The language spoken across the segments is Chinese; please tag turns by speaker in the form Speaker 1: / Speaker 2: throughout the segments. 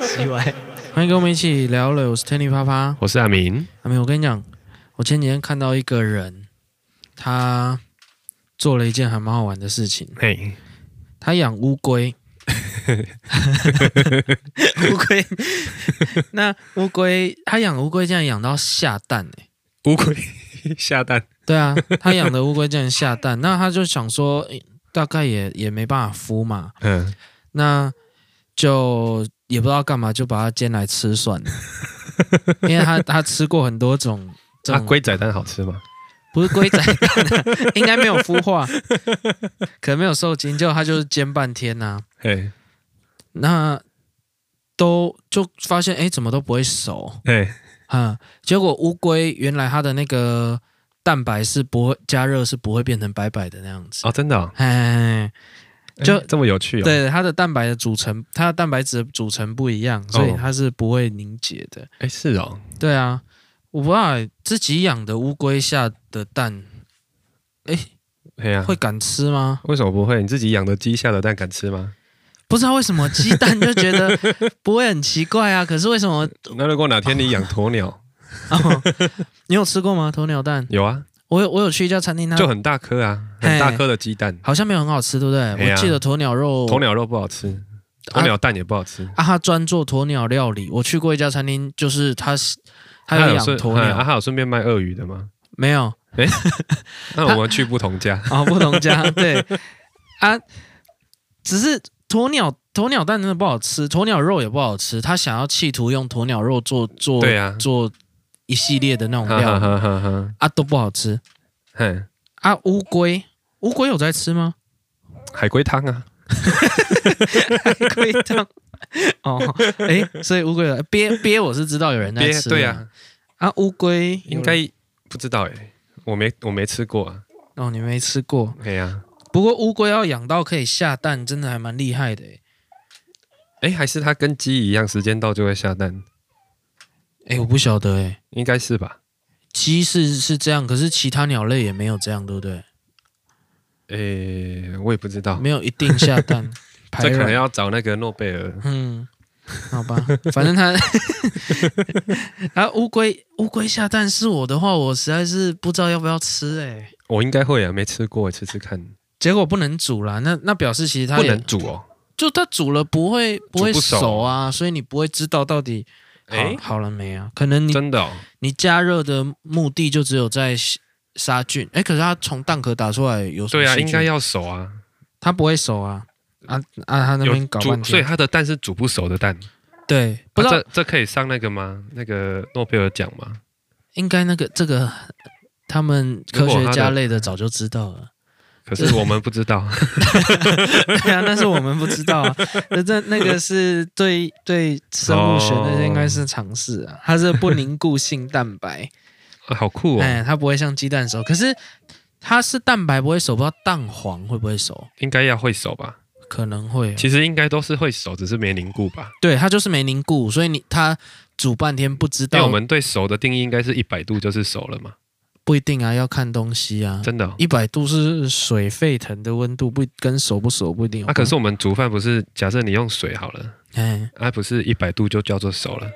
Speaker 1: 奇怪，
Speaker 2: 欢迎跟我们一起聊了，我是 Tony 啪啪。
Speaker 3: 我是阿明，
Speaker 2: 阿明，我跟你讲，我前几天看到一个人，他做了一件还蛮好玩的事情，
Speaker 3: 嘿，
Speaker 2: 他养乌龟。 乌龟， 那乌龟，他养乌龟竟然养到下蛋哎、
Speaker 3: 乌龟 下蛋，
Speaker 2: 对啊，他养的乌龟竟然下蛋，那他就想说，诶大概也也没办法孵嘛，
Speaker 3: 嗯，
Speaker 2: 那就也不知道干嘛，就把它煎来吃算 了，因为他他吃过很多种这
Speaker 3: 啊，
Speaker 2: 种
Speaker 3: 龟仔蛋好吃吗？
Speaker 2: 不是龟仔蛋、啊，应该没有孵化，可能没有受精，结果它就是煎半天呐、
Speaker 3: 嘿，
Speaker 2: 那都就发现哎，诶怎么都不会熟
Speaker 3: 嘿，
Speaker 2: 啊、结果乌龟原来它的那个蛋白是不会加热是不会变成白白的那样子，
Speaker 3: 哦，真的哦，
Speaker 2: 哎、就
Speaker 3: 哎这么有趣哦，，
Speaker 2: 对它的蛋白的组成，它的蛋白质的组成不一样，
Speaker 3: 哦
Speaker 2: 所以它是不会凝结的。
Speaker 3: 哎，是哦，
Speaker 2: 对啊，我不知道欸自己养的乌龟下的蛋
Speaker 3: 嘿啊呀，
Speaker 2: 会敢吃吗？
Speaker 3: 为什么不会？你自己养的鸡下的蛋敢吃吗？
Speaker 2: 不知道为什么鸡蛋就觉得不会很奇怪啊，可 是为什么？
Speaker 3: 哦那如果哪天你养鸵鸟，
Speaker 2: 哦、你有吃过吗？鸵鸟蛋？
Speaker 3: 有啊，
Speaker 2: 我有我有去一家餐厅，它
Speaker 3: 就很大颗啊，
Speaker 2: 嘿
Speaker 3: 很大颗的鸡蛋，
Speaker 2: 好像没有很好吃，对不对？
Speaker 3: 哎呀
Speaker 2: 我记得鸵鸟肉，
Speaker 3: 鸵鸟肉不好吃，鸵鸟蛋也不好吃，
Speaker 2: 啊，它专做鸵鸟料理。我去过一家餐厅，就是它是它
Speaker 3: 啊
Speaker 2: 有养
Speaker 3: 顺
Speaker 2: 鸵
Speaker 3: 啊啊
Speaker 2: 鸟，
Speaker 3: 还有顺便卖鳄鱼的吗？
Speaker 2: 没有
Speaker 3: 那我们去不同家，
Speaker 2: 啊，不同家对啊，只是鸵鸟鸵鸟蛋真的不好吃，鸵鸟肉也不好吃。他想要企图用鸵鸟肉做做
Speaker 3: 对啊
Speaker 2: 做一系列的那种
Speaker 3: 哈
Speaker 2: 料
Speaker 3: 哈哈
Speaker 2: 理
Speaker 3: 哈哈，
Speaker 2: 啊，都不好吃。
Speaker 3: 嘿，
Speaker 2: 啊，乌龟，乌龟有在吃 吗？
Speaker 3: 海龟汤啊，
Speaker 2: 海龟汤。 哦，诶，所以乌龟有鳖鳖我是知道有人在
Speaker 3: 鳖，
Speaker 2: 吃，
Speaker 3: 对啊，，
Speaker 2: 啊，乌龟
Speaker 3: 应该不知道哎，我没我没吃过啊，
Speaker 2: 哦，你没吃过。
Speaker 3: 嘿呀，
Speaker 2: 不过乌龟要养到可以下蛋，真的还蛮厉害的诶。
Speaker 3: 哎，还是它跟鸡一样，时间到就会下蛋，
Speaker 2: 诶，我不晓得诶，
Speaker 3: 应该是吧？
Speaker 2: 鸡是是这样，可是其他鸟类也没有这样，对不对？
Speaker 3: 诶，我也不知道，
Speaker 2: 没有一定下 蛋，排
Speaker 3: 这可能
Speaker 2: 卵。
Speaker 3: 要找那个诺贝尔。
Speaker 2: 嗯，好吧，反正它 啊，乌龟乌龟下蛋是我的话，我实在是不知道要不要吃诶。
Speaker 3: 我应该会啊，没吃过，吃吃看。
Speaker 2: 结果不能煮啦，那那表示其实它
Speaker 3: 不
Speaker 2: 也
Speaker 3: 能煮哦。
Speaker 2: 就它煮了不会不会
Speaker 3: 不熟
Speaker 2: 熟啊，所以你不会知道到底好、
Speaker 3: 诶
Speaker 2: 好了没啊？可能你
Speaker 3: 真的哦，
Speaker 2: 你加热的目的就只有在杀菌，哎，可是它从蛋壳打出来有什么
Speaker 3: 对啊，
Speaker 2: 细菌
Speaker 3: 应该要熟啊。
Speaker 2: 它不会熟啊啊啊！它那
Speaker 3: 有
Speaker 2: 边搞半
Speaker 3: 煮，所以
Speaker 2: 天，
Speaker 3: 它的蛋是煮不熟的蛋。
Speaker 2: 对，不知
Speaker 3: 啊
Speaker 2: 道、
Speaker 3: 这这可以上那个吗？那个诺贝尔奖吗？
Speaker 2: 应该那个这个他们
Speaker 3: 如
Speaker 2: 科
Speaker 3: 果
Speaker 2: 学
Speaker 3: 它
Speaker 2: 家
Speaker 3: 的
Speaker 2: 类的早就知道了。
Speaker 3: 可是我们不知道。
Speaker 2: 对啊，但是我们不知道啊。那这那个是对对生物学，那
Speaker 3: 哦
Speaker 2: 是应该是尝试啊。它是不凝固性蛋 白，
Speaker 3: 啊好酷哦，
Speaker 2: 哎，它不会像鸡蛋熟，可是它是蛋白不会熟，不知道蛋黄会不会熟，
Speaker 3: 应该要会熟吧？
Speaker 2: 可能会。
Speaker 3: 其实应该都是会熟，只是没凝固吧。
Speaker 2: 对，它就是没凝固，所以你它煮半天不知
Speaker 3: 因为
Speaker 2: 道，
Speaker 3: 我们对熟的定义应该是一百度就是熟了嘛。
Speaker 2: 不一定啊，要看东西啊。
Speaker 3: 真的哦。
Speaker 2: 一百度是水沸腾的温度，不跟熟不熟不一定
Speaker 3: 啊，
Speaker 2: 有关。
Speaker 3: 可是我们煮饭不是，假设你用水好了，
Speaker 2: 哎，
Speaker 3: 啊，不是一百度就叫做熟了，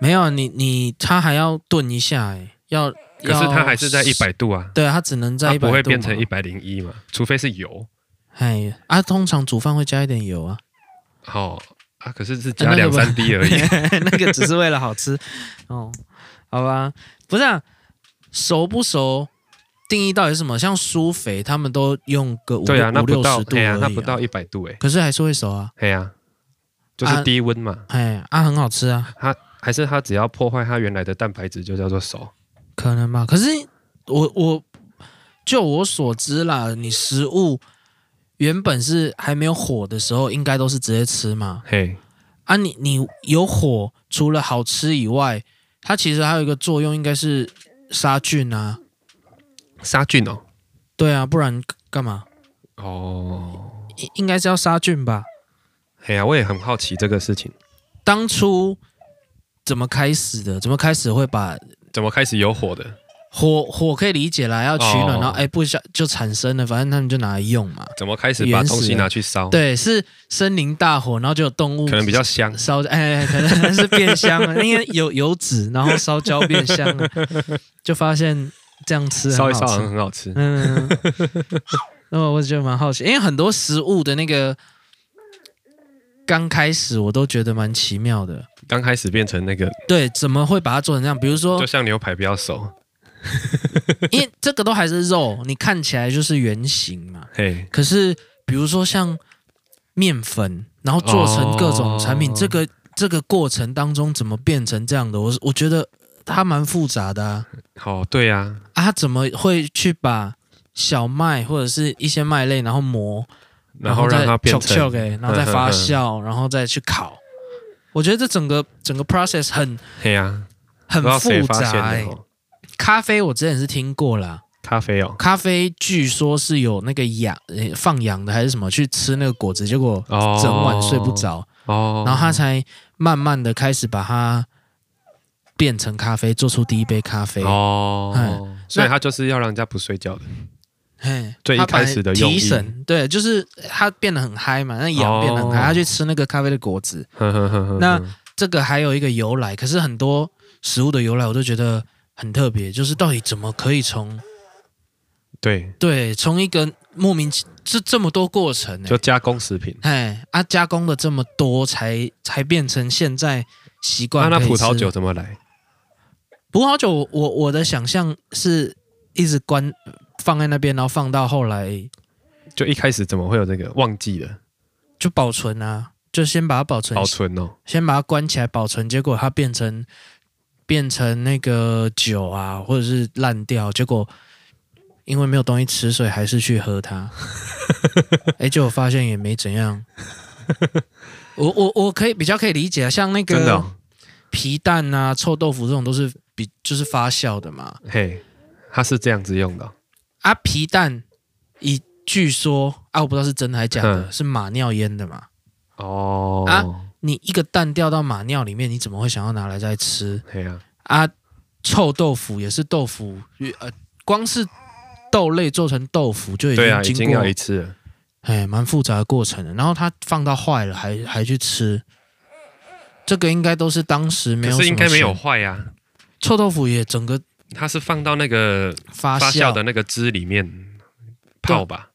Speaker 2: 没有啊你你它还要炖一下哎、要
Speaker 3: 可是它
Speaker 2: 要
Speaker 3: 还是在一百度啊。
Speaker 2: 对，它只能在
Speaker 3: 它
Speaker 2: 一百
Speaker 3: 不
Speaker 2: 度
Speaker 3: 会变成
Speaker 2: 嘛
Speaker 3: 一百零一嘛，除非是油。
Speaker 2: 哎，啊，通常煮饭会加一点油啊，
Speaker 3: 好、啊，可是是
Speaker 2: 啊
Speaker 3: 加
Speaker 2: 那个
Speaker 3: 两
Speaker 2: 不
Speaker 3: 三滴而已。
Speaker 2: 那个只是为了好吃。哦，好吧，不是啊，熟不熟定义到底是什么？像苏肥他们都用个五
Speaker 3: 对啊，那
Speaker 2: 五
Speaker 3: 不
Speaker 2: 六
Speaker 3: 到
Speaker 2: 十，度
Speaker 3: 对啊
Speaker 2: 而，已
Speaker 3: 那
Speaker 2: 啊
Speaker 3: 不到一百度哎，
Speaker 2: 可是还是会熟啊。
Speaker 3: 嘿呀，就
Speaker 2: 啊
Speaker 3: 是低温嘛。
Speaker 2: 哎啊，很好吃啊，
Speaker 3: 它还是它只要破坏它原来的蛋白质，就叫做熟。
Speaker 2: 可能吧。可是我我就我所知啦，你食物原本是还没有火的时候，应该都是直接吃嘛。
Speaker 3: 嘿，
Speaker 2: 啊你，你有火，除了好吃以外，它其实还有一个作用，应该是杀菌啊。
Speaker 3: 杀菌哦。
Speaker 2: 对啊，不然干嘛？
Speaker 3: 哦，
Speaker 2: 应应该是要杀菌吧？
Speaker 3: 嘿呀，我也很好奇这个事情，
Speaker 2: 当初怎么开始的？怎么开始会把
Speaker 3: 怎么开始有火的？
Speaker 2: 火火可以理解啦，要取暖，
Speaker 3: 哦
Speaker 2: 然后哎不小就产生了，反正他们就拿来用嘛。
Speaker 3: 怎么开始把东西拿去烧？，
Speaker 2: 对，是森林大火，然后就有动物
Speaker 3: 哦可能比较香。
Speaker 2: 烧， 哎，可能是变 香了，因为有油脂，然后烧焦变香了，就发现这样吃很
Speaker 3: 烧一烧
Speaker 2: 好
Speaker 3: 好
Speaker 2: 吃
Speaker 3: 像。很好吃，
Speaker 2: 嗯， 那么我觉得蛮好奇，因为很多食物的那个刚开始我都觉得蛮奇妙的，
Speaker 3: 刚开始变成那个，
Speaker 2: 对，怎么会把它做成这样？比如说
Speaker 3: 就，像牛排不要熟，
Speaker 2: 因为这个都还是肉，你看起来就是圆形嘛，
Speaker 3: 嘿，
Speaker 2: 可是比如说像面粉，然后做成各种产品，
Speaker 3: 哦
Speaker 2: 这个这个过程当中怎么变成这样的？我是我觉得它蛮复杂的啊，
Speaker 3: 好、对啊，
Speaker 2: 啊它怎么会去把小麦或者是一些麦类，然后磨，
Speaker 3: 然后让它变成，嗯
Speaker 2: 给，然后再发酵，然后再去烤？我觉得这整个整个 process 很
Speaker 3: 嘿呀、
Speaker 2: 很
Speaker 3: 不知道谁
Speaker 2: 复
Speaker 3: 发现
Speaker 2: 杂、
Speaker 3: 的、
Speaker 2: 欸。
Speaker 3: 哦，
Speaker 2: 咖啡我之前是听过啦，
Speaker 3: 咖啡哦，
Speaker 2: 咖啡据说是有那个养呃放养的还是什么去吃那个果子，结果
Speaker 3: 哦，
Speaker 2: 整晚睡不着，
Speaker 3: 哦，
Speaker 2: 然后他才慢慢的开始把它变成咖啡，做出第一杯咖啡。
Speaker 3: 哦
Speaker 2: 嗯，
Speaker 3: 所以他就是要让人家不睡觉的，
Speaker 2: 嘿，
Speaker 3: 最一开始的
Speaker 2: 他
Speaker 3: 用
Speaker 2: 把
Speaker 3: 意
Speaker 2: 提神，对，就是他变得很嗨嘛，那羊变得很嗨，
Speaker 3: 哦
Speaker 2: 他去吃那个咖啡的果子，
Speaker 3: 呵呵呵呵
Speaker 2: 那
Speaker 3: 呵
Speaker 2: 这个还有一个由来。可是很多食物的由来，我都觉得很特别，就是到底怎么可以从
Speaker 3: 对，
Speaker 2: 对从一个莫名其这这么多过程、欸，
Speaker 3: 就加工食品。
Speaker 2: 哎啊加工了这么多，才才变成现在习
Speaker 3: 啊那
Speaker 2: 惯。
Speaker 3: 那葡萄酒怎么来？
Speaker 2: 葡萄酒，我我我的想象是一直关放在那边，然后放到后来
Speaker 3: 就一开始怎么会有这个忘记了
Speaker 2: 就保存啊，就先把它保存，
Speaker 3: 保存哦？
Speaker 2: 先把它关起来保存，结果它变成变成那个酒啊，或者是烂掉，结果因为没有东西吃，所以还是去 喝它。哎，结果发现也没怎样。我我我可以比较可以理解啊，像那
Speaker 3: 真的
Speaker 2: 个
Speaker 3: 哦、
Speaker 2: 皮蛋啊、臭豆腐这种都是比就是发酵的嘛。
Speaker 3: 嘿，它是这样子用的哦、
Speaker 2: 啊，皮蛋以据说啊，我不知道是真的还是假的，
Speaker 3: 嗯
Speaker 2: 是马尿腌的嘛？
Speaker 3: 哦，
Speaker 2: 啊你一个蛋掉到马尿里面，你怎么会想要拿来再吃
Speaker 3: 嘿呀、
Speaker 2: 啊？臭豆腐也是豆腐，呃，光是豆类做成豆腐就已
Speaker 3: 对啊，已
Speaker 2: 经
Speaker 3: 经
Speaker 2: 经过
Speaker 3: 要一次了，
Speaker 2: 哎蛮复杂的过程了。然后它放到坏了还还去吃，这个应该都是当时没
Speaker 3: 可
Speaker 2: 有什么
Speaker 3: 是
Speaker 2: 钱，
Speaker 3: 应该没有坏呀、
Speaker 2: 臭豆腐也整个
Speaker 3: 它是放到那个
Speaker 2: 发
Speaker 3: 发
Speaker 2: 酵
Speaker 3: 酵的那个汁里面泡吧。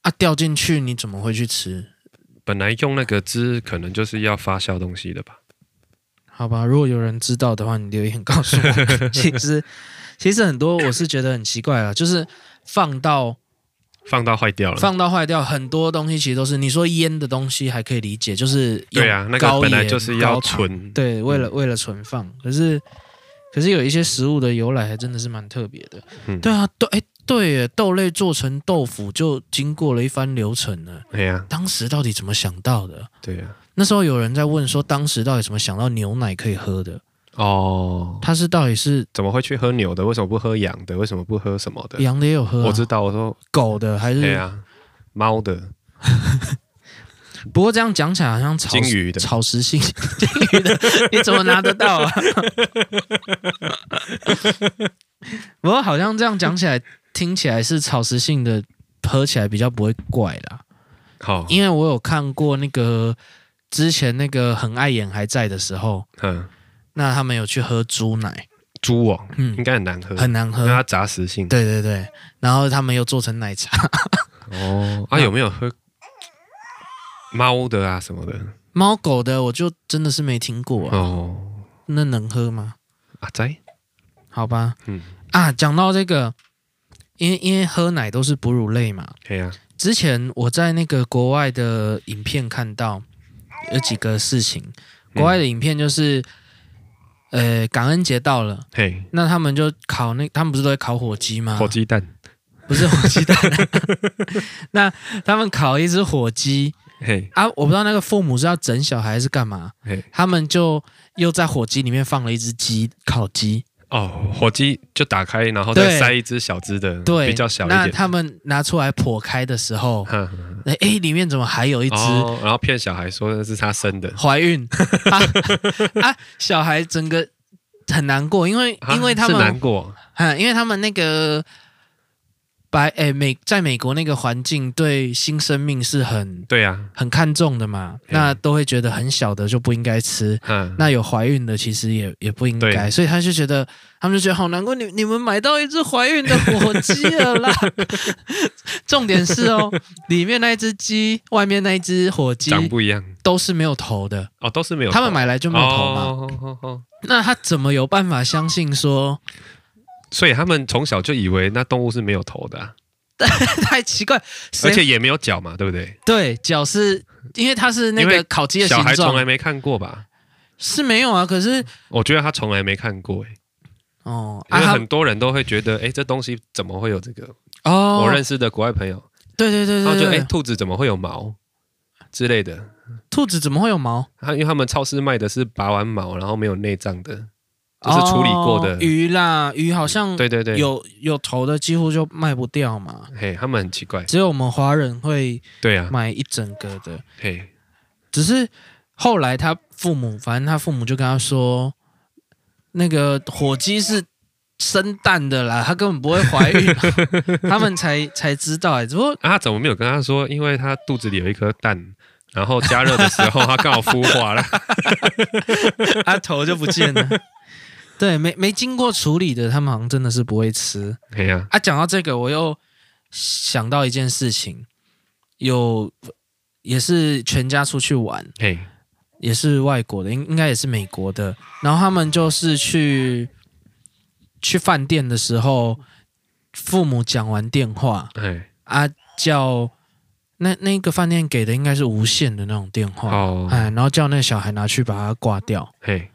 Speaker 2: 啊掉进去，你怎么会去吃？
Speaker 3: 本来用那个汁可能就是要发酵东西的吧？
Speaker 2: 好吧，如果有人知道的话，你留言告诉 我。其实，其实很多我是觉得很奇怪啊，就是放
Speaker 3: 嗯
Speaker 2: 到
Speaker 3: 放到坏掉了。
Speaker 2: 放到坏掉，很多东西其实都是你说腌的东西还可以理解，就是用
Speaker 3: 对啊，那
Speaker 2: 高
Speaker 3: 个本来
Speaker 2: 盐
Speaker 3: 就是要
Speaker 2: 高糖
Speaker 3: 存。嗯
Speaker 2: 对，为了为了存放。可是，可是有一些食物的由来还真的是蛮特别的。
Speaker 3: 嗯
Speaker 2: 对啊，对，哎，对耶，豆类做成豆腐就经过了一番流程了。
Speaker 3: 哎呀、
Speaker 2: 当时到底怎么想到的？
Speaker 3: 对啊呀、
Speaker 2: 那时候有人在问说，当时到底怎么想到牛奶可以喝的？
Speaker 3: 哦，
Speaker 2: 它是到底是
Speaker 3: 怎么会去喝牛的？为什么不喝羊的？为什么不喝什么的？
Speaker 2: 羊的也有喝、啊，嗯
Speaker 3: 我知啊道，我说
Speaker 2: 狗的还
Speaker 3: 对
Speaker 2: 是、
Speaker 3: 呀，猫的、
Speaker 2: 不过这样讲起来好像草
Speaker 3: 金鱼的，
Speaker 2: 草食性 金鱼的，你怎么拿得到啊？ 不过好像这样讲起来，听起来是草食性的，喝起来比较不会怪啦。
Speaker 3: 好，
Speaker 2: 因为我有看过那个之前那个很爱演还在的时候，
Speaker 3: 嗯，
Speaker 2: 那他们有去喝猪奶，
Speaker 3: 猪哦，应
Speaker 2: 嗯，
Speaker 3: 该很难喝，
Speaker 2: 很难
Speaker 3: 因
Speaker 2: 喝
Speaker 3: 为，它杂食性。
Speaker 2: 对对对，然后他们又做成奶茶，
Speaker 3: 哦，啊，
Speaker 2: 那
Speaker 3: 有没有喝猫的啊什么的？
Speaker 2: 猫狗的我就真的是没听过、啊，
Speaker 3: 哦，
Speaker 2: 那能喝吗？
Speaker 3: 阿仔，
Speaker 2: 好吧，
Speaker 3: 嗯
Speaker 2: 嗯啊，讲到这个，因为因为喝奶都是哺乳类嘛。
Speaker 3: 可以啊，
Speaker 2: 之前我在那个国外的影片看到有几个事情，
Speaker 3: 嗯
Speaker 2: 国外的影片就是，呃，感恩节到了，
Speaker 3: 嘿，
Speaker 2: 那他们就烤那，他们不是都会烤火鸡吗？
Speaker 3: 火鸡蛋，
Speaker 2: 不是火 鸡蛋， 那他们烤一只火鸡
Speaker 3: 嘿，
Speaker 2: 啊，我不知道那个父母是要整小孩还是干嘛
Speaker 3: 嘿，
Speaker 2: 他们就又在火鸡里面放了一只鸡，烤鸡。
Speaker 3: 哦，火鸡就打开，然后
Speaker 2: 对
Speaker 3: 再塞一只小只的，
Speaker 2: 对，
Speaker 3: 比较小一
Speaker 2: 那
Speaker 3: 点的，
Speaker 2: 他们拿出来剖开的时候，
Speaker 3: 哼
Speaker 2: 哎、诶里面怎么还有一只
Speaker 3: 哦，然后骗 小孩说那是他生的，
Speaker 2: 怀孕、啊？啊，小孩整个很难过，因为
Speaker 3: 啊
Speaker 2: 因为他
Speaker 3: 是难
Speaker 2: 们，
Speaker 3: 过，
Speaker 2: 嗯，因为他们那个白诶、美在美国那个环境对新生命是很
Speaker 3: 对啊呀、
Speaker 2: 很看重的嘛，
Speaker 3: 嗯
Speaker 2: 那都会觉得很小的就不应该吃。
Speaker 3: 啊，嗯，
Speaker 2: 那有怀孕的其实也也不应该，
Speaker 3: 对
Speaker 2: 所以他就觉得他们就觉得好难过，你你们买到一只怀孕的火鸡了 啦。 重点是哦，里面那一只鸡，外面那一只火鸡
Speaker 3: 长不一样
Speaker 2: 都是没有头的，
Speaker 3: 哦，都是没有头，
Speaker 2: 他们买来就没有头嘛。
Speaker 3: 哦哦哦哦
Speaker 2: 那他怎么有办法相信 说
Speaker 3: 所以他们从小就以为那动物是没有头的啊、
Speaker 2: 太奇怪？谁
Speaker 3: 而且也没有脚嘛，对不对？
Speaker 2: 对脚是因为它是那
Speaker 3: 因
Speaker 2: 个
Speaker 3: 为
Speaker 2: 烤鸡的
Speaker 3: 小
Speaker 2: 形
Speaker 3: 孩从来
Speaker 2: 状
Speaker 3: 没看过吧？
Speaker 2: 是没有啊，可是
Speaker 3: 我觉得他从来没看过、欸，
Speaker 2: 哦
Speaker 3: 因
Speaker 2: 啊
Speaker 3: 为
Speaker 2: 他
Speaker 3: 很多人都会觉得，哎、这东西怎么会有这个？
Speaker 2: 哦嗯
Speaker 3: 我，认识的国外朋友，
Speaker 2: 对对对
Speaker 3: 他们
Speaker 2: 对
Speaker 3: 就哎、
Speaker 2: 对，
Speaker 3: 诶兔子怎么会有毛之类的？
Speaker 2: 兔子怎么会有毛？
Speaker 3: 他因为他们超市卖的是拔完毛然后没有内脏的，就是处理过的
Speaker 2: 哦。鱼啦，鱼好像
Speaker 3: 对对对，
Speaker 2: 有有头的几乎就卖不掉嘛，
Speaker 3: 嘿，他们很奇怪。
Speaker 2: 只有我们华人会
Speaker 3: 对啊，
Speaker 2: 买一整个的。
Speaker 3: 嘿，
Speaker 2: 只是后来他父母，反正他父母就跟他说，那个火鸡是生蛋的啦，它根本不会怀孕，他们才才知道、欸。只不过
Speaker 3: 啊，他怎么没有跟他说？因为他肚子里有一颗蛋，然后加热的时 候他刚好孵化了。
Speaker 2: 他头就不见了。对，没没经过处理的，他们好像真的是不会吃。
Speaker 3: 嘿呀、
Speaker 2: 啊，讲到这个，我又想到一件事情，有也是全家出去玩，
Speaker 3: 嘿，
Speaker 2: 也是外国的，应应该也是美国的。然后他们就是去去饭店的时候，父母讲完电话
Speaker 3: 嘿，
Speaker 2: 啊，叫那那个饭店给的应该是无线的那种电话，
Speaker 3: 哦，
Speaker 2: 哎，然后叫那个小孩拿去把它挂掉，
Speaker 3: 嘿，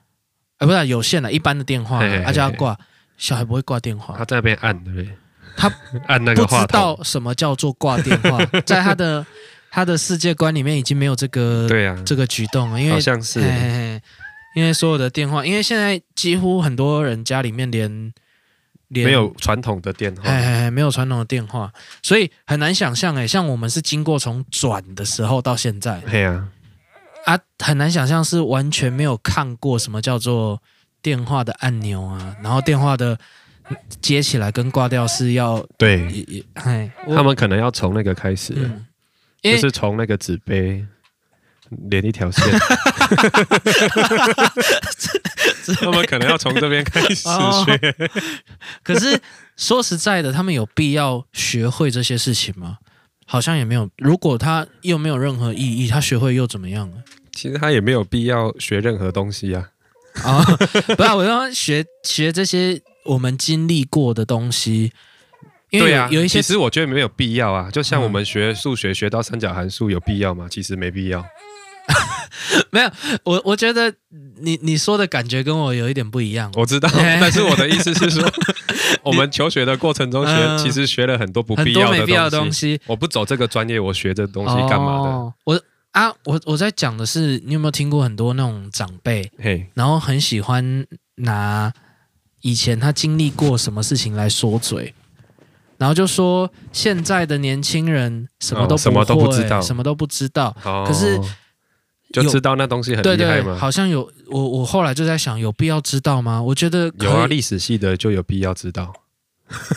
Speaker 2: 哎，不是啊有线的，一般的电话，
Speaker 3: 嘿嘿嘿
Speaker 2: 啊，叫他挂，小孩不会挂电话
Speaker 3: 他，在那边按，对不对？
Speaker 2: 他
Speaker 3: 按那
Speaker 2: 不
Speaker 3: 个
Speaker 2: 知
Speaker 3: 话筒。
Speaker 2: 道什么叫做挂电话， 在他的他的世界观里面已经没有这个
Speaker 3: 对啊，
Speaker 2: 这个举动了，因
Speaker 3: 好
Speaker 2: 为
Speaker 3: 像是
Speaker 2: 嘿嘿嘿因为所有的电话，因为现在几乎很多人家里面连连
Speaker 3: 没有传统的电话
Speaker 2: 嘿，嘿嘿没有传统的电话，所以很难想象哎，像我们是经过从转的时候到现在
Speaker 3: 嘿呀、
Speaker 2: 啊，很难想象是完全没有看过什么叫做电话的按钮啊，然后电话的接起来跟挂掉是要
Speaker 3: 对
Speaker 2: 也也哎，我
Speaker 3: 他们可能要从那个开始，
Speaker 2: 嗯，因
Speaker 3: 就
Speaker 2: 为
Speaker 3: 是从那个纸杯连一 条线，他们可能要从这边开始
Speaker 2: 哦
Speaker 3: 学。
Speaker 2: 可是说实在的，他们有必要学会这些事情吗？好像也没有。如果他又没有任何意义，他学会又怎么样呢？
Speaker 3: 其实他也没有必要学任何东西啊。
Speaker 2: 啊， 不是，我要学学这些我们经历过的东西，因为
Speaker 3: 对
Speaker 2: 有,、
Speaker 3: 啊，
Speaker 2: 有一些
Speaker 3: 其实我觉得没有必要啊。就像
Speaker 2: 嗯
Speaker 3: 我们学数学学到三角函数有必要吗？其实没必要。
Speaker 2: 我我觉得你你说的感觉跟我有一点不一样。
Speaker 3: 我知道，
Speaker 2: 哎
Speaker 3: 但是我的意思是 说，我们求学的过程中学，
Speaker 2: 嗯
Speaker 3: 其实学了很多不
Speaker 2: 很
Speaker 3: 必
Speaker 2: 多
Speaker 3: 要
Speaker 2: 没必要
Speaker 3: 的
Speaker 2: 的
Speaker 3: 东
Speaker 2: 东
Speaker 3: 西。
Speaker 2: 西，
Speaker 3: 我不走这个专业，我学这东西干嘛
Speaker 2: 哦我啊，我我在讲的是，你有没有听过很多那种长辈，
Speaker 3: 的？嘿，
Speaker 2: 然后很喜欢拿以前他经历过什么事情来说嘴，然后就说现在的年轻人什么都
Speaker 3: 哦什么都不
Speaker 2: 会
Speaker 3: 知道
Speaker 2: 什么都不知道。
Speaker 3: 哦
Speaker 2: 可是
Speaker 3: 就
Speaker 2: 有
Speaker 3: 知道那东西很
Speaker 2: 对
Speaker 3: 厉害
Speaker 2: 对，
Speaker 3: 吗？
Speaker 2: 好像有我我后来就在想，有必要知道吗？我觉得可以
Speaker 3: 有啊，历史系的就有必要知道。